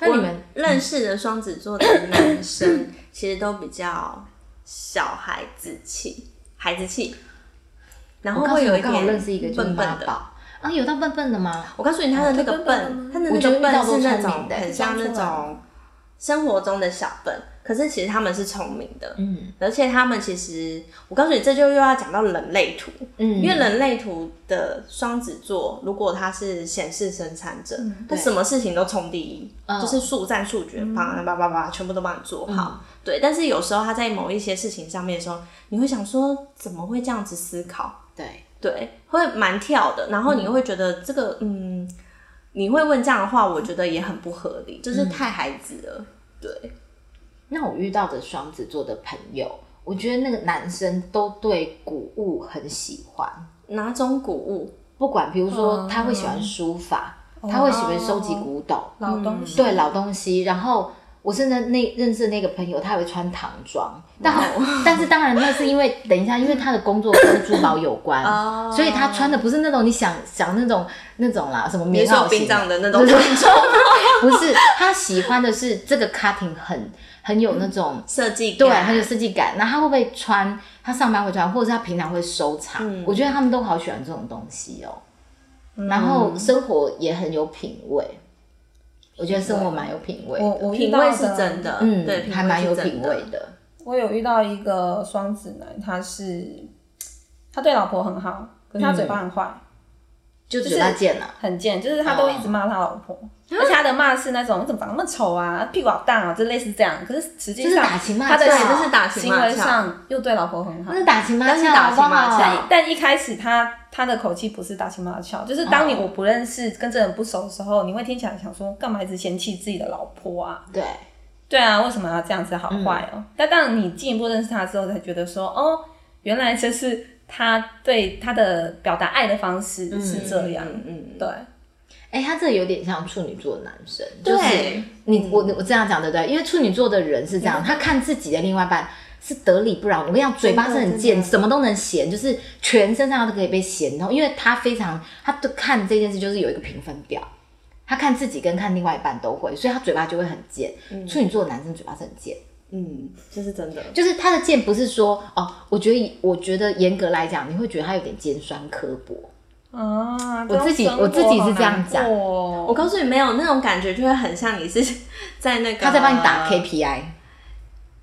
Speaker 1: 那你们嗯
Speaker 2: 认识的双子座的男生其实都比较小孩子气，孩子气，然后
Speaker 1: 我告诉
Speaker 2: 会
Speaker 1: 你，
Speaker 2: 有一
Speaker 1: 我刚好
Speaker 2: 点
Speaker 1: 认识一个就是
Speaker 2: 笨
Speaker 1: 妈
Speaker 2: 笨的。
Speaker 1: 宝哦啊，有到笨笨的吗？
Speaker 2: 我告诉你，他的那个
Speaker 3: 他笨吗
Speaker 2: 笨，他的
Speaker 1: 我
Speaker 2: 那
Speaker 1: 觉得
Speaker 2: 个
Speaker 1: 遇到
Speaker 2: 笨
Speaker 1: 都
Speaker 2: 是那
Speaker 1: 聪明
Speaker 2: 种
Speaker 1: 的
Speaker 2: 很像那
Speaker 3: 看出来
Speaker 2: 种生活中的小笨，可是其实他们是聪明的，
Speaker 1: 嗯
Speaker 2: 而且他们其实，我告诉你，这就又要讲到人类图，
Speaker 1: 嗯，
Speaker 2: 因为人类图的双子座，如果他是显示生产者，他
Speaker 1: 嗯对
Speaker 2: 什么事情都冲第一，
Speaker 1: 嗯
Speaker 2: 就是速战速决，帮叭叭叭叭，全部都帮你做好。对，但是有时候他在某一些事情上面的时候，你会想说，怎么会这样子思考？
Speaker 1: 对，
Speaker 2: 对，会蛮跳的。然后你会觉得这个，嗯，你会问这样的话，我觉得也很不合
Speaker 1: 嗯
Speaker 2: 理，就是太孩子了。对，
Speaker 1: 那我遇到的双子座的朋友，我觉得那个男生都对古物很喜欢。
Speaker 2: 哪种古物？
Speaker 1: 不管，比如说
Speaker 2: 嗯
Speaker 1: 他会喜欢书法，他会喜欢收
Speaker 2: 哦
Speaker 1: 集古董，
Speaker 3: 老东西，
Speaker 1: 嗯对老东西。然后我甚至那认识那个朋友，他还会穿唐装，但
Speaker 2: 哦
Speaker 1: 但是当然那是因为等一下，因为他的工作跟珠宝有关，
Speaker 2: 哦
Speaker 1: 所以他穿的不是那种你想想那种那种啦，什么
Speaker 2: 你
Speaker 1: 棉
Speaker 2: 是有
Speaker 1: 袄
Speaker 2: 殡
Speaker 1: 型
Speaker 2: 葬的那种
Speaker 1: 对
Speaker 2: 唐装
Speaker 1: 不是他喜欢的是这个 cutting 很很有那种。
Speaker 2: 设计
Speaker 1: 对，
Speaker 2: 感
Speaker 1: 很有设计感。那他会不会穿？他上班会穿，或者是他平常会收藏？我觉得他们都好喜欢这种东西哦。然后生活也很有品味，我觉得生活蛮有品味的。
Speaker 3: 我我遇
Speaker 2: 品
Speaker 3: 到
Speaker 2: 味
Speaker 3: 的
Speaker 2: 是真的，
Speaker 1: 嗯，
Speaker 2: 对，
Speaker 1: 还蛮有
Speaker 2: 味是
Speaker 1: 品
Speaker 2: 真
Speaker 1: 味
Speaker 2: 的。
Speaker 1: 的。
Speaker 3: 我有遇到一个双子男，他是他对老婆很好，可是他嘴巴
Speaker 1: 嗯
Speaker 3: 很坏，
Speaker 1: 就嘴巴贱了，
Speaker 3: 很贱，就是他都
Speaker 1: 哦
Speaker 3: 一直骂他老
Speaker 1: 啊
Speaker 3: 婆，而且他的骂是那种你怎么长那么丑啊，屁股好大啊，就类似这样。可是实际
Speaker 1: 这是
Speaker 3: 上
Speaker 1: 打情骂
Speaker 3: 他的
Speaker 1: 俏
Speaker 3: 行
Speaker 1: 这
Speaker 2: 是打情骂
Speaker 3: 行为
Speaker 2: 俏
Speaker 3: 上又对老婆很好
Speaker 1: 那。是打情骂
Speaker 2: 但是
Speaker 1: 俏，
Speaker 2: 打情
Speaker 1: 好不
Speaker 2: 骂
Speaker 1: 好
Speaker 2: 俏
Speaker 3: 但一开始他他的口气不是打情骂俏，就是当你我不认识、跟这个人不熟的时候，你会听起来想说，干嘛一直嫌弃自己的老婆啊？
Speaker 1: 对，嗯
Speaker 3: 对啊，为什么要这样子好坏哦？但当你进一步认识他之后，才觉得说，哦，原来这是他对他的表达爱的方式是这样。
Speaker 2: 嗯嗯
Speaker 3: 对，
Speaker 1: 哎，他这有点像处女座的男生，就是
Speaker 2: 对
Speaker 1: 你我我这样讲对不对？因为处女座的人是这
Speaker 2: 嗯
Speaker 1: 样，他看自己的另外一半是得理不饶。我跟你讲，嘴巴是很
Speaker 2: 真
Speaker 1: 贱，
Speaker 2: 的
Speaker 1: 什么都能嫌，就是全身上都可以被嫌痛，因为他非常他对看这件事就是有一个评分表。他看自己跟看另外一半都会，所以他嘴巴就会很贱。处女座的男生嘴巴是很贱，
Speaker 2: 嗯，这是真的。
Speaker 1: 就是他的剑不是说哦，我觉得我觉得严格来讲，你会觉得他有点尖酸刻薄。
Speaker 3: 啊，
Speaker 1: 我自己我自己是这样讲
Speaker 2: 我
Speaker 3: 我
Speaker 2: 告诉你，没有那种感觉，就会很像你是 在那个
Speaker 1: 他在帮你
Speaker 2: 啊
Speaker 1: 打 KPI，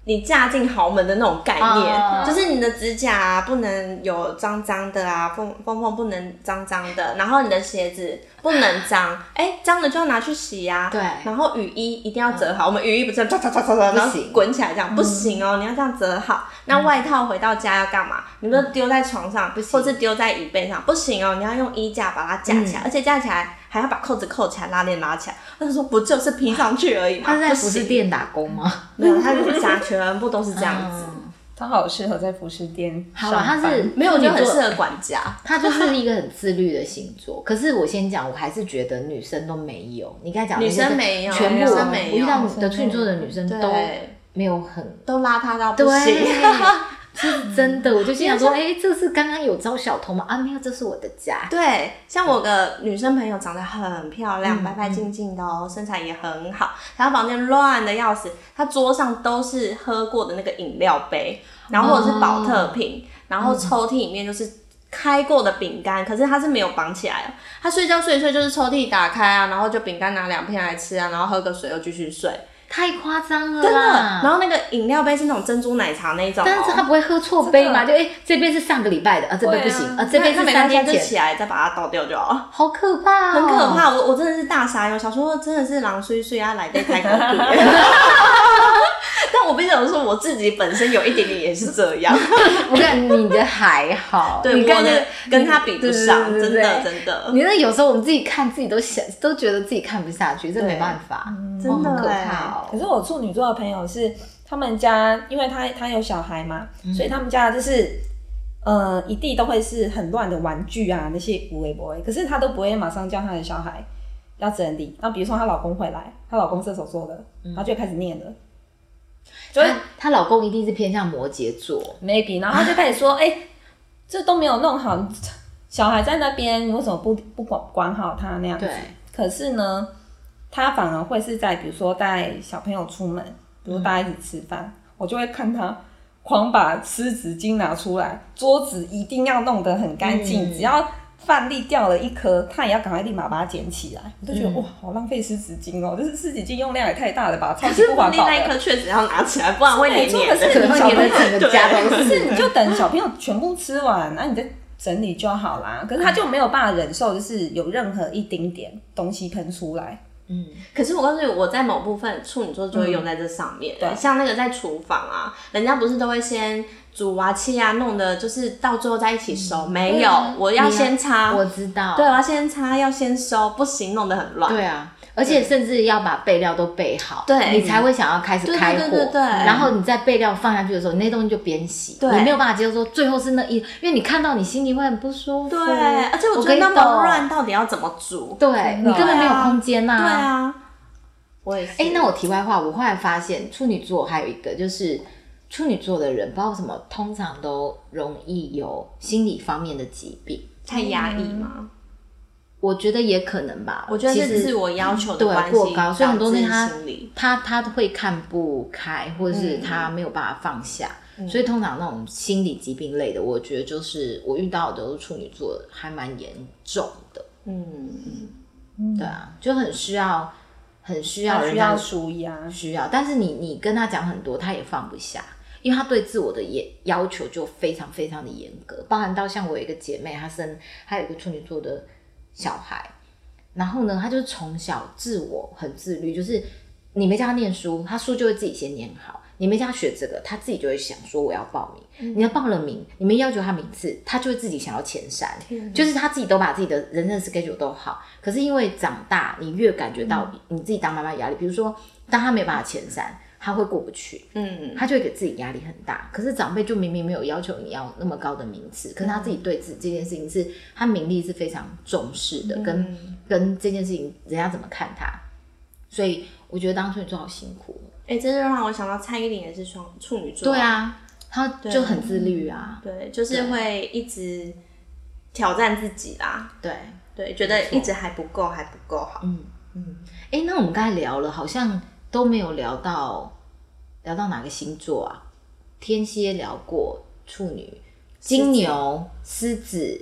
Speaker 2: 你嫁进豪门的那种概念，
Speaker 1: 啊
Speaker 2: 就是你的指甲、啊、不能有脏脏的啊，缝缝缝不能脏脏的，然后你的鞋子不能 脏，哎，脏了就要拿去洗呀、啊。
Speaker 1: 对
Speaker 2: 然后雨衣一定要折好，我们雨衣不是擦擦擦擦擦，然后
Speaker 1: 行嗯
Speaker 2: 滚起来这样，不行哦，你要这样折好。那外套回到家要干嘛？你不是丢在床上，
Speaker 1: 不行
Speaker 2: 或是丢在椅背上，不行哦，你要用衣架把它架
Speaker 1: 嗯
Speaker 2: 起来，而且架起来还要把扣子扣起来，拉链拉起来。那时候不就是披上去而已吗？
Speaker 1: 他是在
Speaker 2: 啊不
Speaker 1: 服饰
Speaker 2: 行
Speaker 1: 店打工吗？
Speaker 2: 没有，他就是家全部都是这样子，
Speaker 3: 他好适合在服饰店
Speaker 1: 好
Speaker 3: 上
Speaker 1: 了，
Speaker 3: 班。
Speaker 1: 他是
Speaker 2: 没有，我
Speaker 1: 你
Speaker 2: 觉得很适合管家。
Speaker 1: 他就是一个很自律的星座。 可是我先讲，我还是觉得女生都没有。你刚才讲的
Speaker 2: 女生
Speaker 1: 那个
Speaker 2: 没有
Speaker 1: 全部
Speaker 2: 女
Speaker 1: 我
Speaker 2: 生没有
Speaker 1: 遇到的处女座的女生都
Speaker 2: 对，
Speaker 1: 没有很
Speaker 2: 都邋遢到不行。
Speaker 1: 对。是真的，我 就心想说，哎、这是刚刚有招小偷吗？啊，没有，这是我的家。
Speaker 2: 对，像我个女生朋友长得很漂亮，白白净净的哦，身材也很好。然后房间乱的要死，她桌上都是喝过的那个饮料杯，然后或者是保特瓶，然后抽屉里面就是开过的饼干，可是她是没有绑起来的。她睡觉睡一睡就是抽屉打开啊，然后就饼干拿两片来吃啊，然后喝个水又继续睡。
Speaker 1: 太夸张了
Speaker 2: 真的。
Speaker 1: 啦！
Speaker 2: 然后那个饮料杯是那种珍珠奶茶那一种、哦，
Speaker 1: 但是他不会喝错杯嘛？就哎、这边是上个礼拜的啊，这边不
Speaker 3: 会啊
Speaker 1: 行啊，这边
Speaker 2: 他
Speaker 1: 是
Speaker 2: 每
Speaker 1: 三
Speaker 2: 天
Speaker 1: 天
Speaker 2: 就
Speaker 1: 前，
Speaker 2: 起来再把它倒掉就好了。
Speaker 1: 好可怕、哦，
Speaker 2: 很可。怕，我我真的是大傻眼，小时候真的是狼睡睡啊，来得太恐怖。 但我必须得说，我自己本身有一点点也是这 样，
Speaker 1: 我看你的还好，
Speaker 2: 对
Speaker 1: 你
Speaker 2: 我
Speaker 1: 看那
Speaker 2: 的
Speaker 1: 个
Speaker 2: 跟他比不上，
Speaker 1: 对对
Speaker 2: 真
Speaker 1: 对对
Speaker 2: 的真的
Speaker 1: 你那有时候我们自己看自己都想，都觉得自己看不下去，这
Speaker 2: 对嗯
Speaker 1: 没办法，
Speaker 2: 真
Speaker 1: 哦很可
Speaker 2: 的
Speaker 1: 怕
Speaker 2: 哎，
Speaker 3: 可
Speaker 1: 哦。
Speaker 3: 是我处女座的朋友是他们家，因为他他有小孩嘛，所以他们家就是呃一地都会是很乱的玩具啊那些无微不微，可是他都不会马上叫他的小孩要整理。然后比如说她老公回来，她老公射手座的，然后就开始念了。就会
Speaker 1: 她她老公一定是偏向摩羯座，
Speaker 3: maybe，然后他就开始说，哎、这都没有弄好，小孩在那边，你为什么不不管管好他那样子
Speaker 1: 对？
Speaker 3: 可是呢，他反而会是在比如说带小朋友出门，比如大家一起吃饭，我就会看他。狂把湿纸巾拿出来，桌子一定要弄得很干净，
Speaker 1: 嗯
Speaker 3: 只要饭粒掉了一颗，他也要赶快立马把它捡起来。我就觉得、哇，好浪费湿纸巾哦，就是湿纸巾用量也太大了吧，超
Speaker 2: 可
Speaker 3: 级
Speaker 2: 是
Speaker 3: 不环
Speaker 2: 茉莉
Speaker 3: 保的。
Speaker 2: 那一颗确实要拿起来，不然会
Speaker 3: 没
Speaker 2: 黏
Speaker 3: 错，
Speaker 2: 黏
Speaker 3: 可
Speaker 2: 的。
Speaker 3: 是你
Speaker 1: 会
Speaker 3: 小
Speaker 1: 黏
Speaker 3: 朋
Speaker 1: 的整
Speaker 3: 友
Speaker 1: 个家都
Speaker 3: 可
Speaker 1: 是。
Speaker 3: 是你就等小朋友全部吃完，那、你再整理就好啦。可是他就没有办法忍受，就是有任何一丁点东西喷出来。
Speaker 1: 嗯，
Speaker 2: 可是我告诉你，我在某部分处女座就会用在这上面、
Speaker 3: 对
Speaker 2: 像那个在厨房啊，人家不是都会先煮啊、切啊，弄的就是到最后再一起收。没有，我
Speaker 1: 嗯
Speaker 2: 要
Speaker 1: 啊你要
Speaker 2: 先擦，
Speaker 1: 嗯我知道，
Speaker 2: 对，我啊要先擦，要先收，不行，弄得很乱。
Speaker 1: 对啊，而且甚至要把备料都备好，
Speaker 2: 对
Speaker 1: 你才会想要开始
Speaker 2: 对
Speaker 1: 开火。
Speaker 2: 对对对对
Speaker 1: 然后你在备料放下去的时候，你那东西就边洗，
Speaker 2: 对
Speaker 1: 你没有办法接受说最后是那一，因为你看到你心里会很不舒服。
Speaker 2: 对，而且我觉
Speaker 1: 可
Speaker 2: 得
Speaker 1: 以
Speaker 2: 那
Speaker 1: 懂
Speaker 2: 么乱，，到底要怎么煮？
Speaker 1: 对你根本没有空间呐、
Speaker 2: 对。啊，我也是。
Speaker 1: 哎、那我题外话，我后来发现处女座还有一个就是。处女座的人不知道为什么，通常都容易有心理方面的疾病。
Speaker 2: 太压抑嘛，
Speaker 1: 我觉得也可能吧。
Speaker 2: 我觉得
Speaker 1: 其
Speaker 2: 是
Speaker 1: 实嗯
Speaker 2: 自我要求的
Speaker 1: 对
Speaker 2: 关系，
Speaker 1: 过高，所以很多东西
Speaker 2: 导
Speaker 1: 他
Speaker 2: 致心理
Speaker 1: 他他会看不开，或者是他没有办法放下，
Speaker 2: 嗯
Speaker 1: 所以通常那种心理疾病类的，我觉得就是我遇到的都是处女座，还蛮严重的，
Speaker 2: 嗯，
Speaker 1: 对啊，就很需要很需嗯要
Speaker 3: 他
Speaker 1: 人
Speaker 3: 需
Speaker 1: 家
Speaker 3: 要啊舒压，
Speaker 1: 需要，但是你你跟他讲很多，他也放不下，因为他对自我的也要求就非常非常的严格，包含到像我有一个姐妹，她生她有一个处女座的小孩，然后呢，她就是从小自我很自律，就是你没叫她念书，她书就会自己先念好。你没叫她学这个，她自己就会想说我要报名。你要报了名，你没要求她名次，她就会自己想要前三。就是她自己都把自己的人生 schedule 都好，可是因为长大，你越感觉到你自己当妈妈的压力。比如说，当她没办法前三，她会过不去。
Speaker 2: 嗯，
Speaker 1: 他就会给自己压力很大。可是长辈就明明没有要求你要那么高的名次，可是他自己对自己这件事情是他名利是非常重视的，跟跟这件事情人家怎么看他，所以我觉得当处女座好辛苦。
Speaker 2: 哎、这就让我想到蔡依林也是双处女座，
Speaker 1: 对，啊，他就很自律啊，
Speaker 2: 对，就是会一直挑战自己啦，
Speaker 1: 对。
Speaker 2: 对，觉得一直还不够，还不
Speaker 1: 嗯
Speaker 2: 够好，
Speaker 1: 哎、那我们刚才聊了，好像都没有聊到，哎、聊到哪个星座啊？天蝎聊过，处女、金牛、狮子，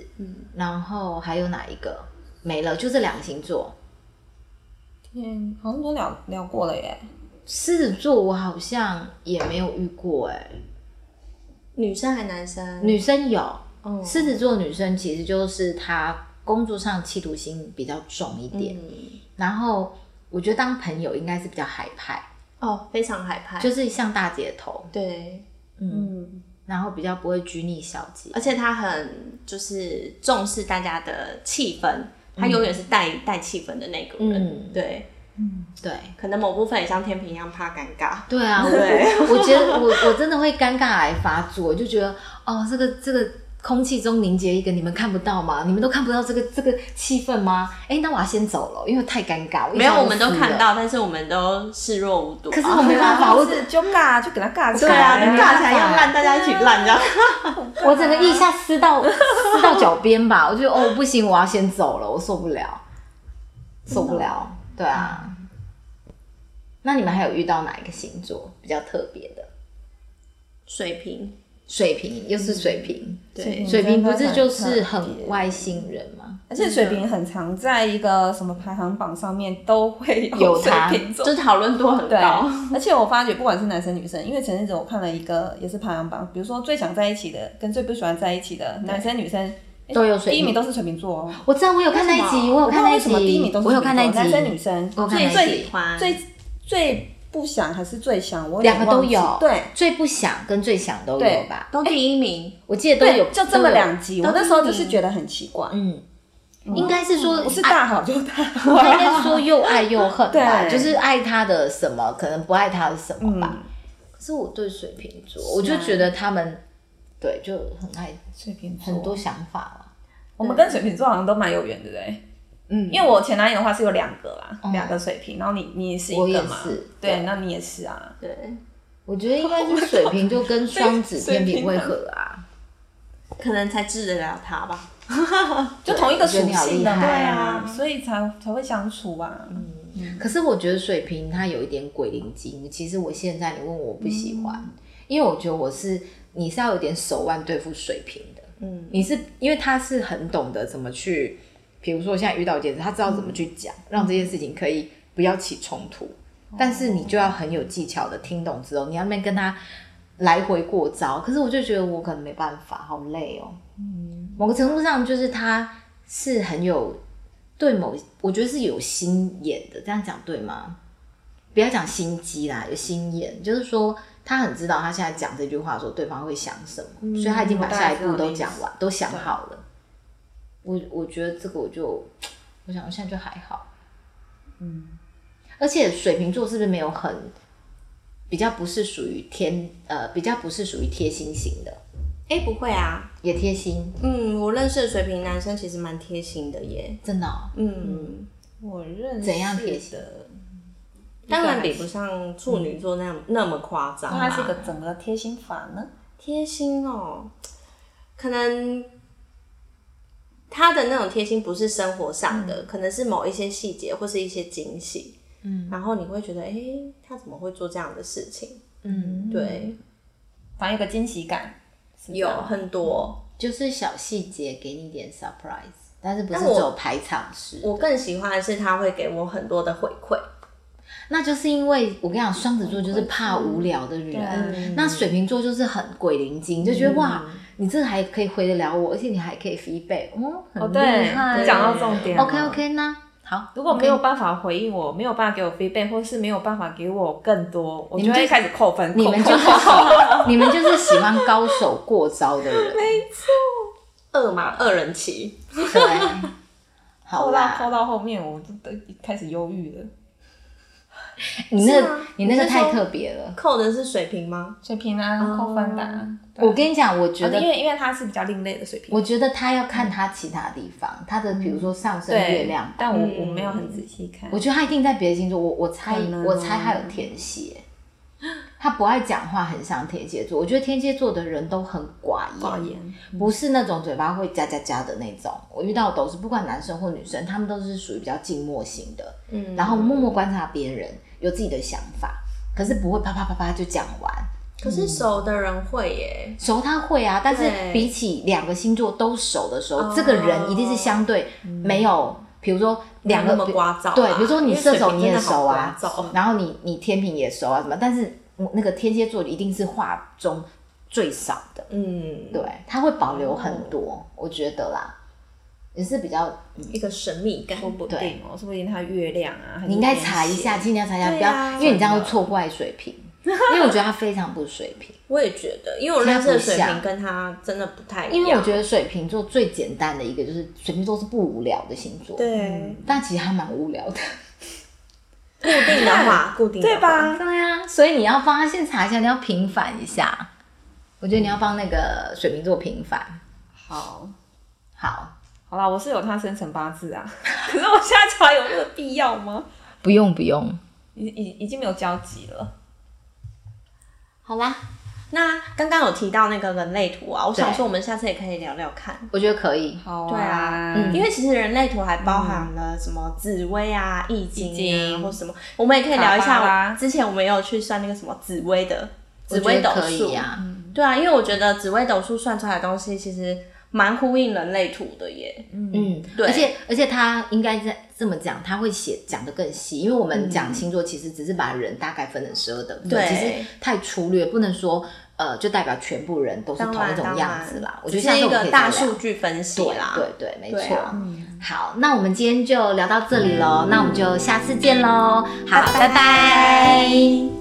Speaker 1: 然后还有哪一个没了？就这两个星座。
Speaker 3: 天，嗯好像都聊聊过了耶。
Speaker 1: 狮子座我好像也没有遇过哎、
Speaker 2: 女生还男生？
Speaker 1: 女生有，
Speaker 2: 哦
Speaker 1: 狮子座女生其实就是她工作上企图心比较重一点，
Speaker 2: 嗯
Speaker 1: 然后我觉得当朋友应该是比较海派，
Speaker 2: 哦，非常海派，
Speaker 1: 就是像大姐头，
Speaker 2: 对，
Speaker 3: 嗯，
Speaker 1: 然后比较不会拘泥小节
Speaker 2: 而。且他很就是重视大家的气氛，他永远是带带气氛的那个人。
Speaker 1: 嗯
Speaker 2: 对，
Speaker 1: 对，
Speaker 2: 可能某部分也像天平一样怕尴尬。
Speaker 1: 对啊，我
Speaker 2: 对
Speaker 1: 我我觉得我我真的会尴尬癌发作，就觉得哦，这个这个空气中凝结一个你们看不到吗？你们都看不到这个这个气氛吗？哎，那我要先走了，因为太尴尬。
Speaker 2: 没有，我们都
Speaker 1: 一下就输
Speaker 2: 看
Speaker 1: 了。
Speaker 2: 到，但是我们都视若无睹啊。
Speaker 1: 可是我 没办法，我
Speaker 3: 是就尬，就给他尬起
Speaker 2: 对啊，
Speaker 3: 来，
Speaker 1: 没
Speaker 2: 你
Speaker 1: 办
Speaker 2: 尬
Speaker 1: 法
Speaker 2: 起来要烂，大家一起烂这样。
Speaker 1: 我整个腋下撕 到撕到脚边吧，我就哦不行，我要先走了，我受不了，受不
Speaker 3: 哦
Speaker 1: 了，对啊。那你们还有遇到哪一个星座比较特别的？
Speaker 2: 水平，
Speaker 1: 水瓶又是水瓶，
Speaker 2: 对
Speaker 1: 水瓶不是就
Speaker 3: 嗯真
Speaker 1: 是
Speaker 3: 的很特
Speaker 1: 很
Speaker 3: 别
Speaker 1: 外星人吗？
Speaker 3: 而且水瓶很常在一个什么排行榜上面都会
Speaker 1: 有
Speaker 3: 水
Speaker 1: 它
Speaker 3: 瓶座
Speaker 2: 就。是讨论度很
Speaker 3: 对
Speaker 2: 高。，
Speaker 3: 而且我发觉不管是男生女生，因为前阵子我看了一个也是排行榜，比如说最想在一起的跟最不喜欢在一起的男生女生诶
Speaker 1: 都有水
Speaker 3: 哎第一
Speaker 1: 瓶
Speaker 3: 名都是水瓶座哦。
Speaker 1: 我知道，我有看那一集，我有
Speaker 3: 我
Speaker 1: 看那
Speaker 3: 为
Speaker 1: 一
Speaker 3: 什
Speaker 1: 集，
Speaker 3: 么第一名都是
Speaker 1: 我有看那一集，
Speaker 3: 男生女生，
Speaker 1: 我有看那
Speaker 2: 最
Speaker 1: 一
Speaker 2: 最
Speaker 1: 集
Speaker 2: 喜，欢
Speaker 3: 最最不想还是最想，我有点
Speaker 1: 两个都
Speaker 3: 忘记
Speaker 1: 有，
Speaker 3: 对
Speaker 1: 最不想跟最想都有
Speaker 3: 对
Speaker 1: 吧？
Speaker 2: 都第一名，
Speaker 1: 我记得都
Speaker 3: 对
Speaker 1: 有，，
Speaker 3: 就
Speaker 1: 都
Speaker 3: 这
Speaker 1: 有
Speaker 3: 么，两集，
Speaker 2: 都
Speaker 3: 我那时候就是
Speaker 2: 第一名
Speaker 3: 觉得很奇怪，
Speaker 1: 嗯，应该是说
Speaker 3: 嗯不是大好就大
Speaker 1: 他 应
Speaker 3: 坏，
Speaker 1: 该说又爱又恨吧，
Speaker 3: 对
Speaker 1: 就是爱他的什么，可能不爱他的什么吧。
Speaker 3: 嗯，
Speaker 1: 可是我对水瓶座，我就觉得他们对就很爱
Speaker 3: 水瓶座
Speaker 1: 很多想法了。
Speaker 3: 我们跟水瓶座好像都蛮有缘，对不对？
Speaker 1: 嗯，
Speaker 3: 因为我前男友的话是有两个啦，两、个水瓶，然后你你也是一
Speaker 1: 哦我也
Speaker 3: 个嘛，
Speaker 1: 是对
Speaker 3: 对，那你也是啊，
Speaker 2: 对，
Speaker 1: 我觉得应该是水瓶就跟双子、天平会合啊。
Speaker 2: 可能才治得了他吧。
Speaker 3: 就同一个属
Speaker 1: 我觉得你
Speaker 3: 性
Speaker 1: 好
Speaker 3: 的
Speaker 1: 厉
Speaker 3: 嘛，
Speaker 1: 害
Speaker 2: 啊
Speaker 3: 所以才才会相处啊。
Speaker 1: 可是我觉得水瓶他有一点鬼灵精，其实我现在你问我我不喜欢，因为我觉得我是你是要有点手腕对付水瓶的，嗯，你是因为他是很懂得怎么去，比如说现在遇到一件事，他知道怎么去讲，让这件事情可以不要起冲突，但是你就要很有技巧的听懂之后，你要那边跟他来回过招，可是我就觉得我可能没办法，好累哦，嗯，某个程度上就是他是很有对某，我觉得是有心眼的，这样讲对吗？不要讲心机啦，有心眼，就是说他很知道他现在讲这句话的时候，对方会想什么，所以他已经把下一步都讲完，都想好了。我我觉得这个我就，我想我现在就还好，嗯。而且水瓶座是不是没有很比较不是属于天呃比较不是属于贴心型的，
Speaker 2: 哎，不会啊，
Speaker 1: 也贴心，
Speaker 2: 嗯，我认识的水瓶男生其实蛮贴心的耶。
Speaker 1: 真的、哦。
Speaker 2: 嗯，
Speaker 3: 我认识
Speaker 1: 怎样贴心
Speaker 3: 的，
Speaker 2: 当然比不上处女座那样那么夸张啊
Speaker 3: 那他是个
Speaker 2: 啦。
Speaker 3: 整个贴心法呢？
Speaker 2: 贴心哦，可能他的那种贴心不是生活上的，可能是某一些细节或是一些惊喜。嗯，然后你会觉得，哎，他怎么会做这样的事情？
Speaker 1: 嗯，
Speaker 2: 对，
Speaker 3: 反正有个惊喜感，是啊这
Speaker 2: 有
Speaker 3: 样
Speaker 2: 很多。
Speaker 1: 就是小细节给你一点 surprise，但是不是
Speaker 2: 但我
Speaker 1: 走排场式？
Speaker 2: 我更喜欢的是他会给我很多的回馈。
Speaker 1: 那就是因为我跟你讲，双子座就是怕无聊的人，那水瓶座就是很鬼灵精，就觉得哇，你这个还可以回得了我，而且你还可以 feedback，哦，
Speaker 3: 哦，
Speaker 1: 很厉
Speaker 3: 对，
Speaker 1: 害。
Speaker 3: 你讲到重点了
Speaker 1: OK OK 呢，好，
Speaker 3: 如果没有办法回应我，没有办法给我 feedback，或是没有办法给我更多，我
Speaker 1: 你
Speaker 3: 就
Speaker 1: 们就
Speaker 3: 会开始扣分。
Speaker 1: 你们
Speaker 3: 扣
Speaker 1: 就
Speaker 3: 分
Speaker 1: 是 你们就是喜欢高手过招的人，
Speaker 2: 二嘛，二人骑，
Speaker 1: 对，好
Speaker 3: 扣到
Speaker 1: 啦，
Speaker 3: 扣到后面，我就得开始忧郁了。
Speaker 1: 你那
Speaker 2: 是
Speaker 1: 个
Speaker 2: 吗
Speaker 1: 你那个
Speaker 2: 你是说
Speaker 1: 太特别了。
Speaker 2: 扣的是水平
Speaker 1: 嗯
Speaker 2: 吗？
Speaker 3: 水瓶啊，扣分的啊、对啊
Speaker 1: 哦我跟你讲，我觉得
Speaker 3: 因为因为他是比较另类的水瓶，
Speaker 1: 我觉得他要看他其他地方，他的比如说上升
Speaker 3: 嗯对
Speaker 1: 月亮吧，
Speaker 3: 但我、
Speaker 2: 嗯
Speaker 3: 我没有很仔细看
Speaker 1: 我。觉得他一定在别的星座。我我猜
Speaker 3: 可能哦
Speaker 1: 我猜他有天蝎，他不爱讲话，很像天蝎座。我觉得天蝎座的人都很寡言，
Speaker 3: 寡言，嗯
Speaker 1: 不是那种嘴巴会加加加的那种。我遇到的都是不管男生或女生，他们都是属于比较静默型的，
Speaker 2: 嗯
Speaker 1: 然后默默观察别人，有自己的想法。可是不会啪啪啪啪就讲完。
Speaker 2: 可是熟的人会耶，
Speaker 1: 熟他会啊，但是
Speaker 2: 对
Speaker 1: 比起两个星座都熟的时候
Speaker 2: 哦，嗯
Speaker 1: 这个人一定是相对没有，比如说两
Speaker 2: 没有
Speaker 1: 个
Speaker 2: 那么聒噪啊
Speaker 1: 对，比如说你射手你也熟
Speaker 2: 因为水瓶
Speaker 1: 啊
Speaker 2: 真的好聒噪，
Speaker 1: 然后你你天平也熟啊什么，但是那个天蝎座一定是话中最少的，
Speaker 2: 嗯，
Speaker 1: 对，他会保留很多，我觉得啦，也是比较，
Speaker 2: 一个神秘感，
Speaker 3: 说不
Speaker 1: 对
Speaker 3: 定哦，说不定他月亮啊，还是
Speaker 1: 你应该
Speaker 3: 天
Speaker 1: 查一下，
Speaker 3: 蝎
Speaker 1: 尽量查一下，
Speaker 2: 对
Speaker 1: 不要
Speaker 2: 啊，
Speaker 1: 因为你这样会错怪水瓶，因为我觉得他非常不水 瓶。
Speaker 2: 我也觉得，因为我认识的水
Speaker 1: 他不像
Speaker 2: 瓶跟他真的不太一样，
Speaker 1: 因为我觉得水瓶座最简单的一个就是水瓶座是不无聊的星座，
Speaker 2: 对啊
Speaker 1: 但其实他蛮无聊的。
Speaker 2: 固定的 话，固定的话
Speaker 3: 对？吧？
Speaker 1: 对呀、所以你要帮他先查一下，你要平反一下。我觉得你要帮那个水瓶座平反。
Speaker 3: 好，
Speaker 1: 好，
Speaker 3: 好啦，我是有他生辰八字啊， 可是我现在查有这个必要吗？
Speaker 1: 不用不用。
Speaker 3: 已已已经没有交集了。
Speaker 1: 好啦，
Speaker 2: 那刚刚有提到那个人类图啊，我想
Speaker 1: 对
Speaker 2: 说我们下次也可以聊聊看。
Speaker 1: 我觉得可以。
Speaker 3: 好
Speaker 2: 对啊，
Speaker 3: 嗯
Speaker 2: 因为其实人类图还包含了什么紫薇啊、易经
Speaker 3: 易
Speaker 2: 啊，
Speaker 3: 经
Speaker 2: 或什么，我们也可以聊一
Speaker 3: 塔巴
Speaker 2: 下。
Speaker 3: 拉
Speaker 2: 之前我们也有去算那个什么紫薇的紫
Speaker 1: 我觉
Speaker 2: 薇
Speaker 1: 得
Speaker 2: 斗
Speaker 1: 可
Speaker 2: 数
Speaker 1: 以，啊，
Speaker 2: 对啊，因为我觉得紫微斗数算出来的东西其实蛮呼应人类图的耶。
Speaker 1: 嗯，
Speaker 2: 对
Speaker 1: 而且而且他应该在这么讲，他会写讲的更细，因为我们讲星座其实只是把人大概分成十二等份，
Speaker 2: 嗯对
Speaker 1: 其实太粗略，不能说呃就代表全部人都是同
Speaker 2: 当
Speaker 1: 一
Speaker 2: 然，
Speaker 1: 种
Speaker 2: 当
Speaker 1: 样
Speaker 2: 然
Speaker 1: 子啦。我觉
Speaker 2: 只
Speaker 1: 得下次
Speaker 2: 是一
Speaker 1: 我们可
Speaker 2: 个
Speaker 1: 以再
Speaker 2: 大
Speaker 1: 聊
Speaker 2: 数据分析
Speaker 1: 对
Speaker 2: 啦。
Speaker 1: 对对，没
Speaker 2: 对
Speaker 1: 错。
Speaker 2: 啊
Speaker 1: 好，那我们今天就聊到这里喽，那我们就下次见喽。好，拜拜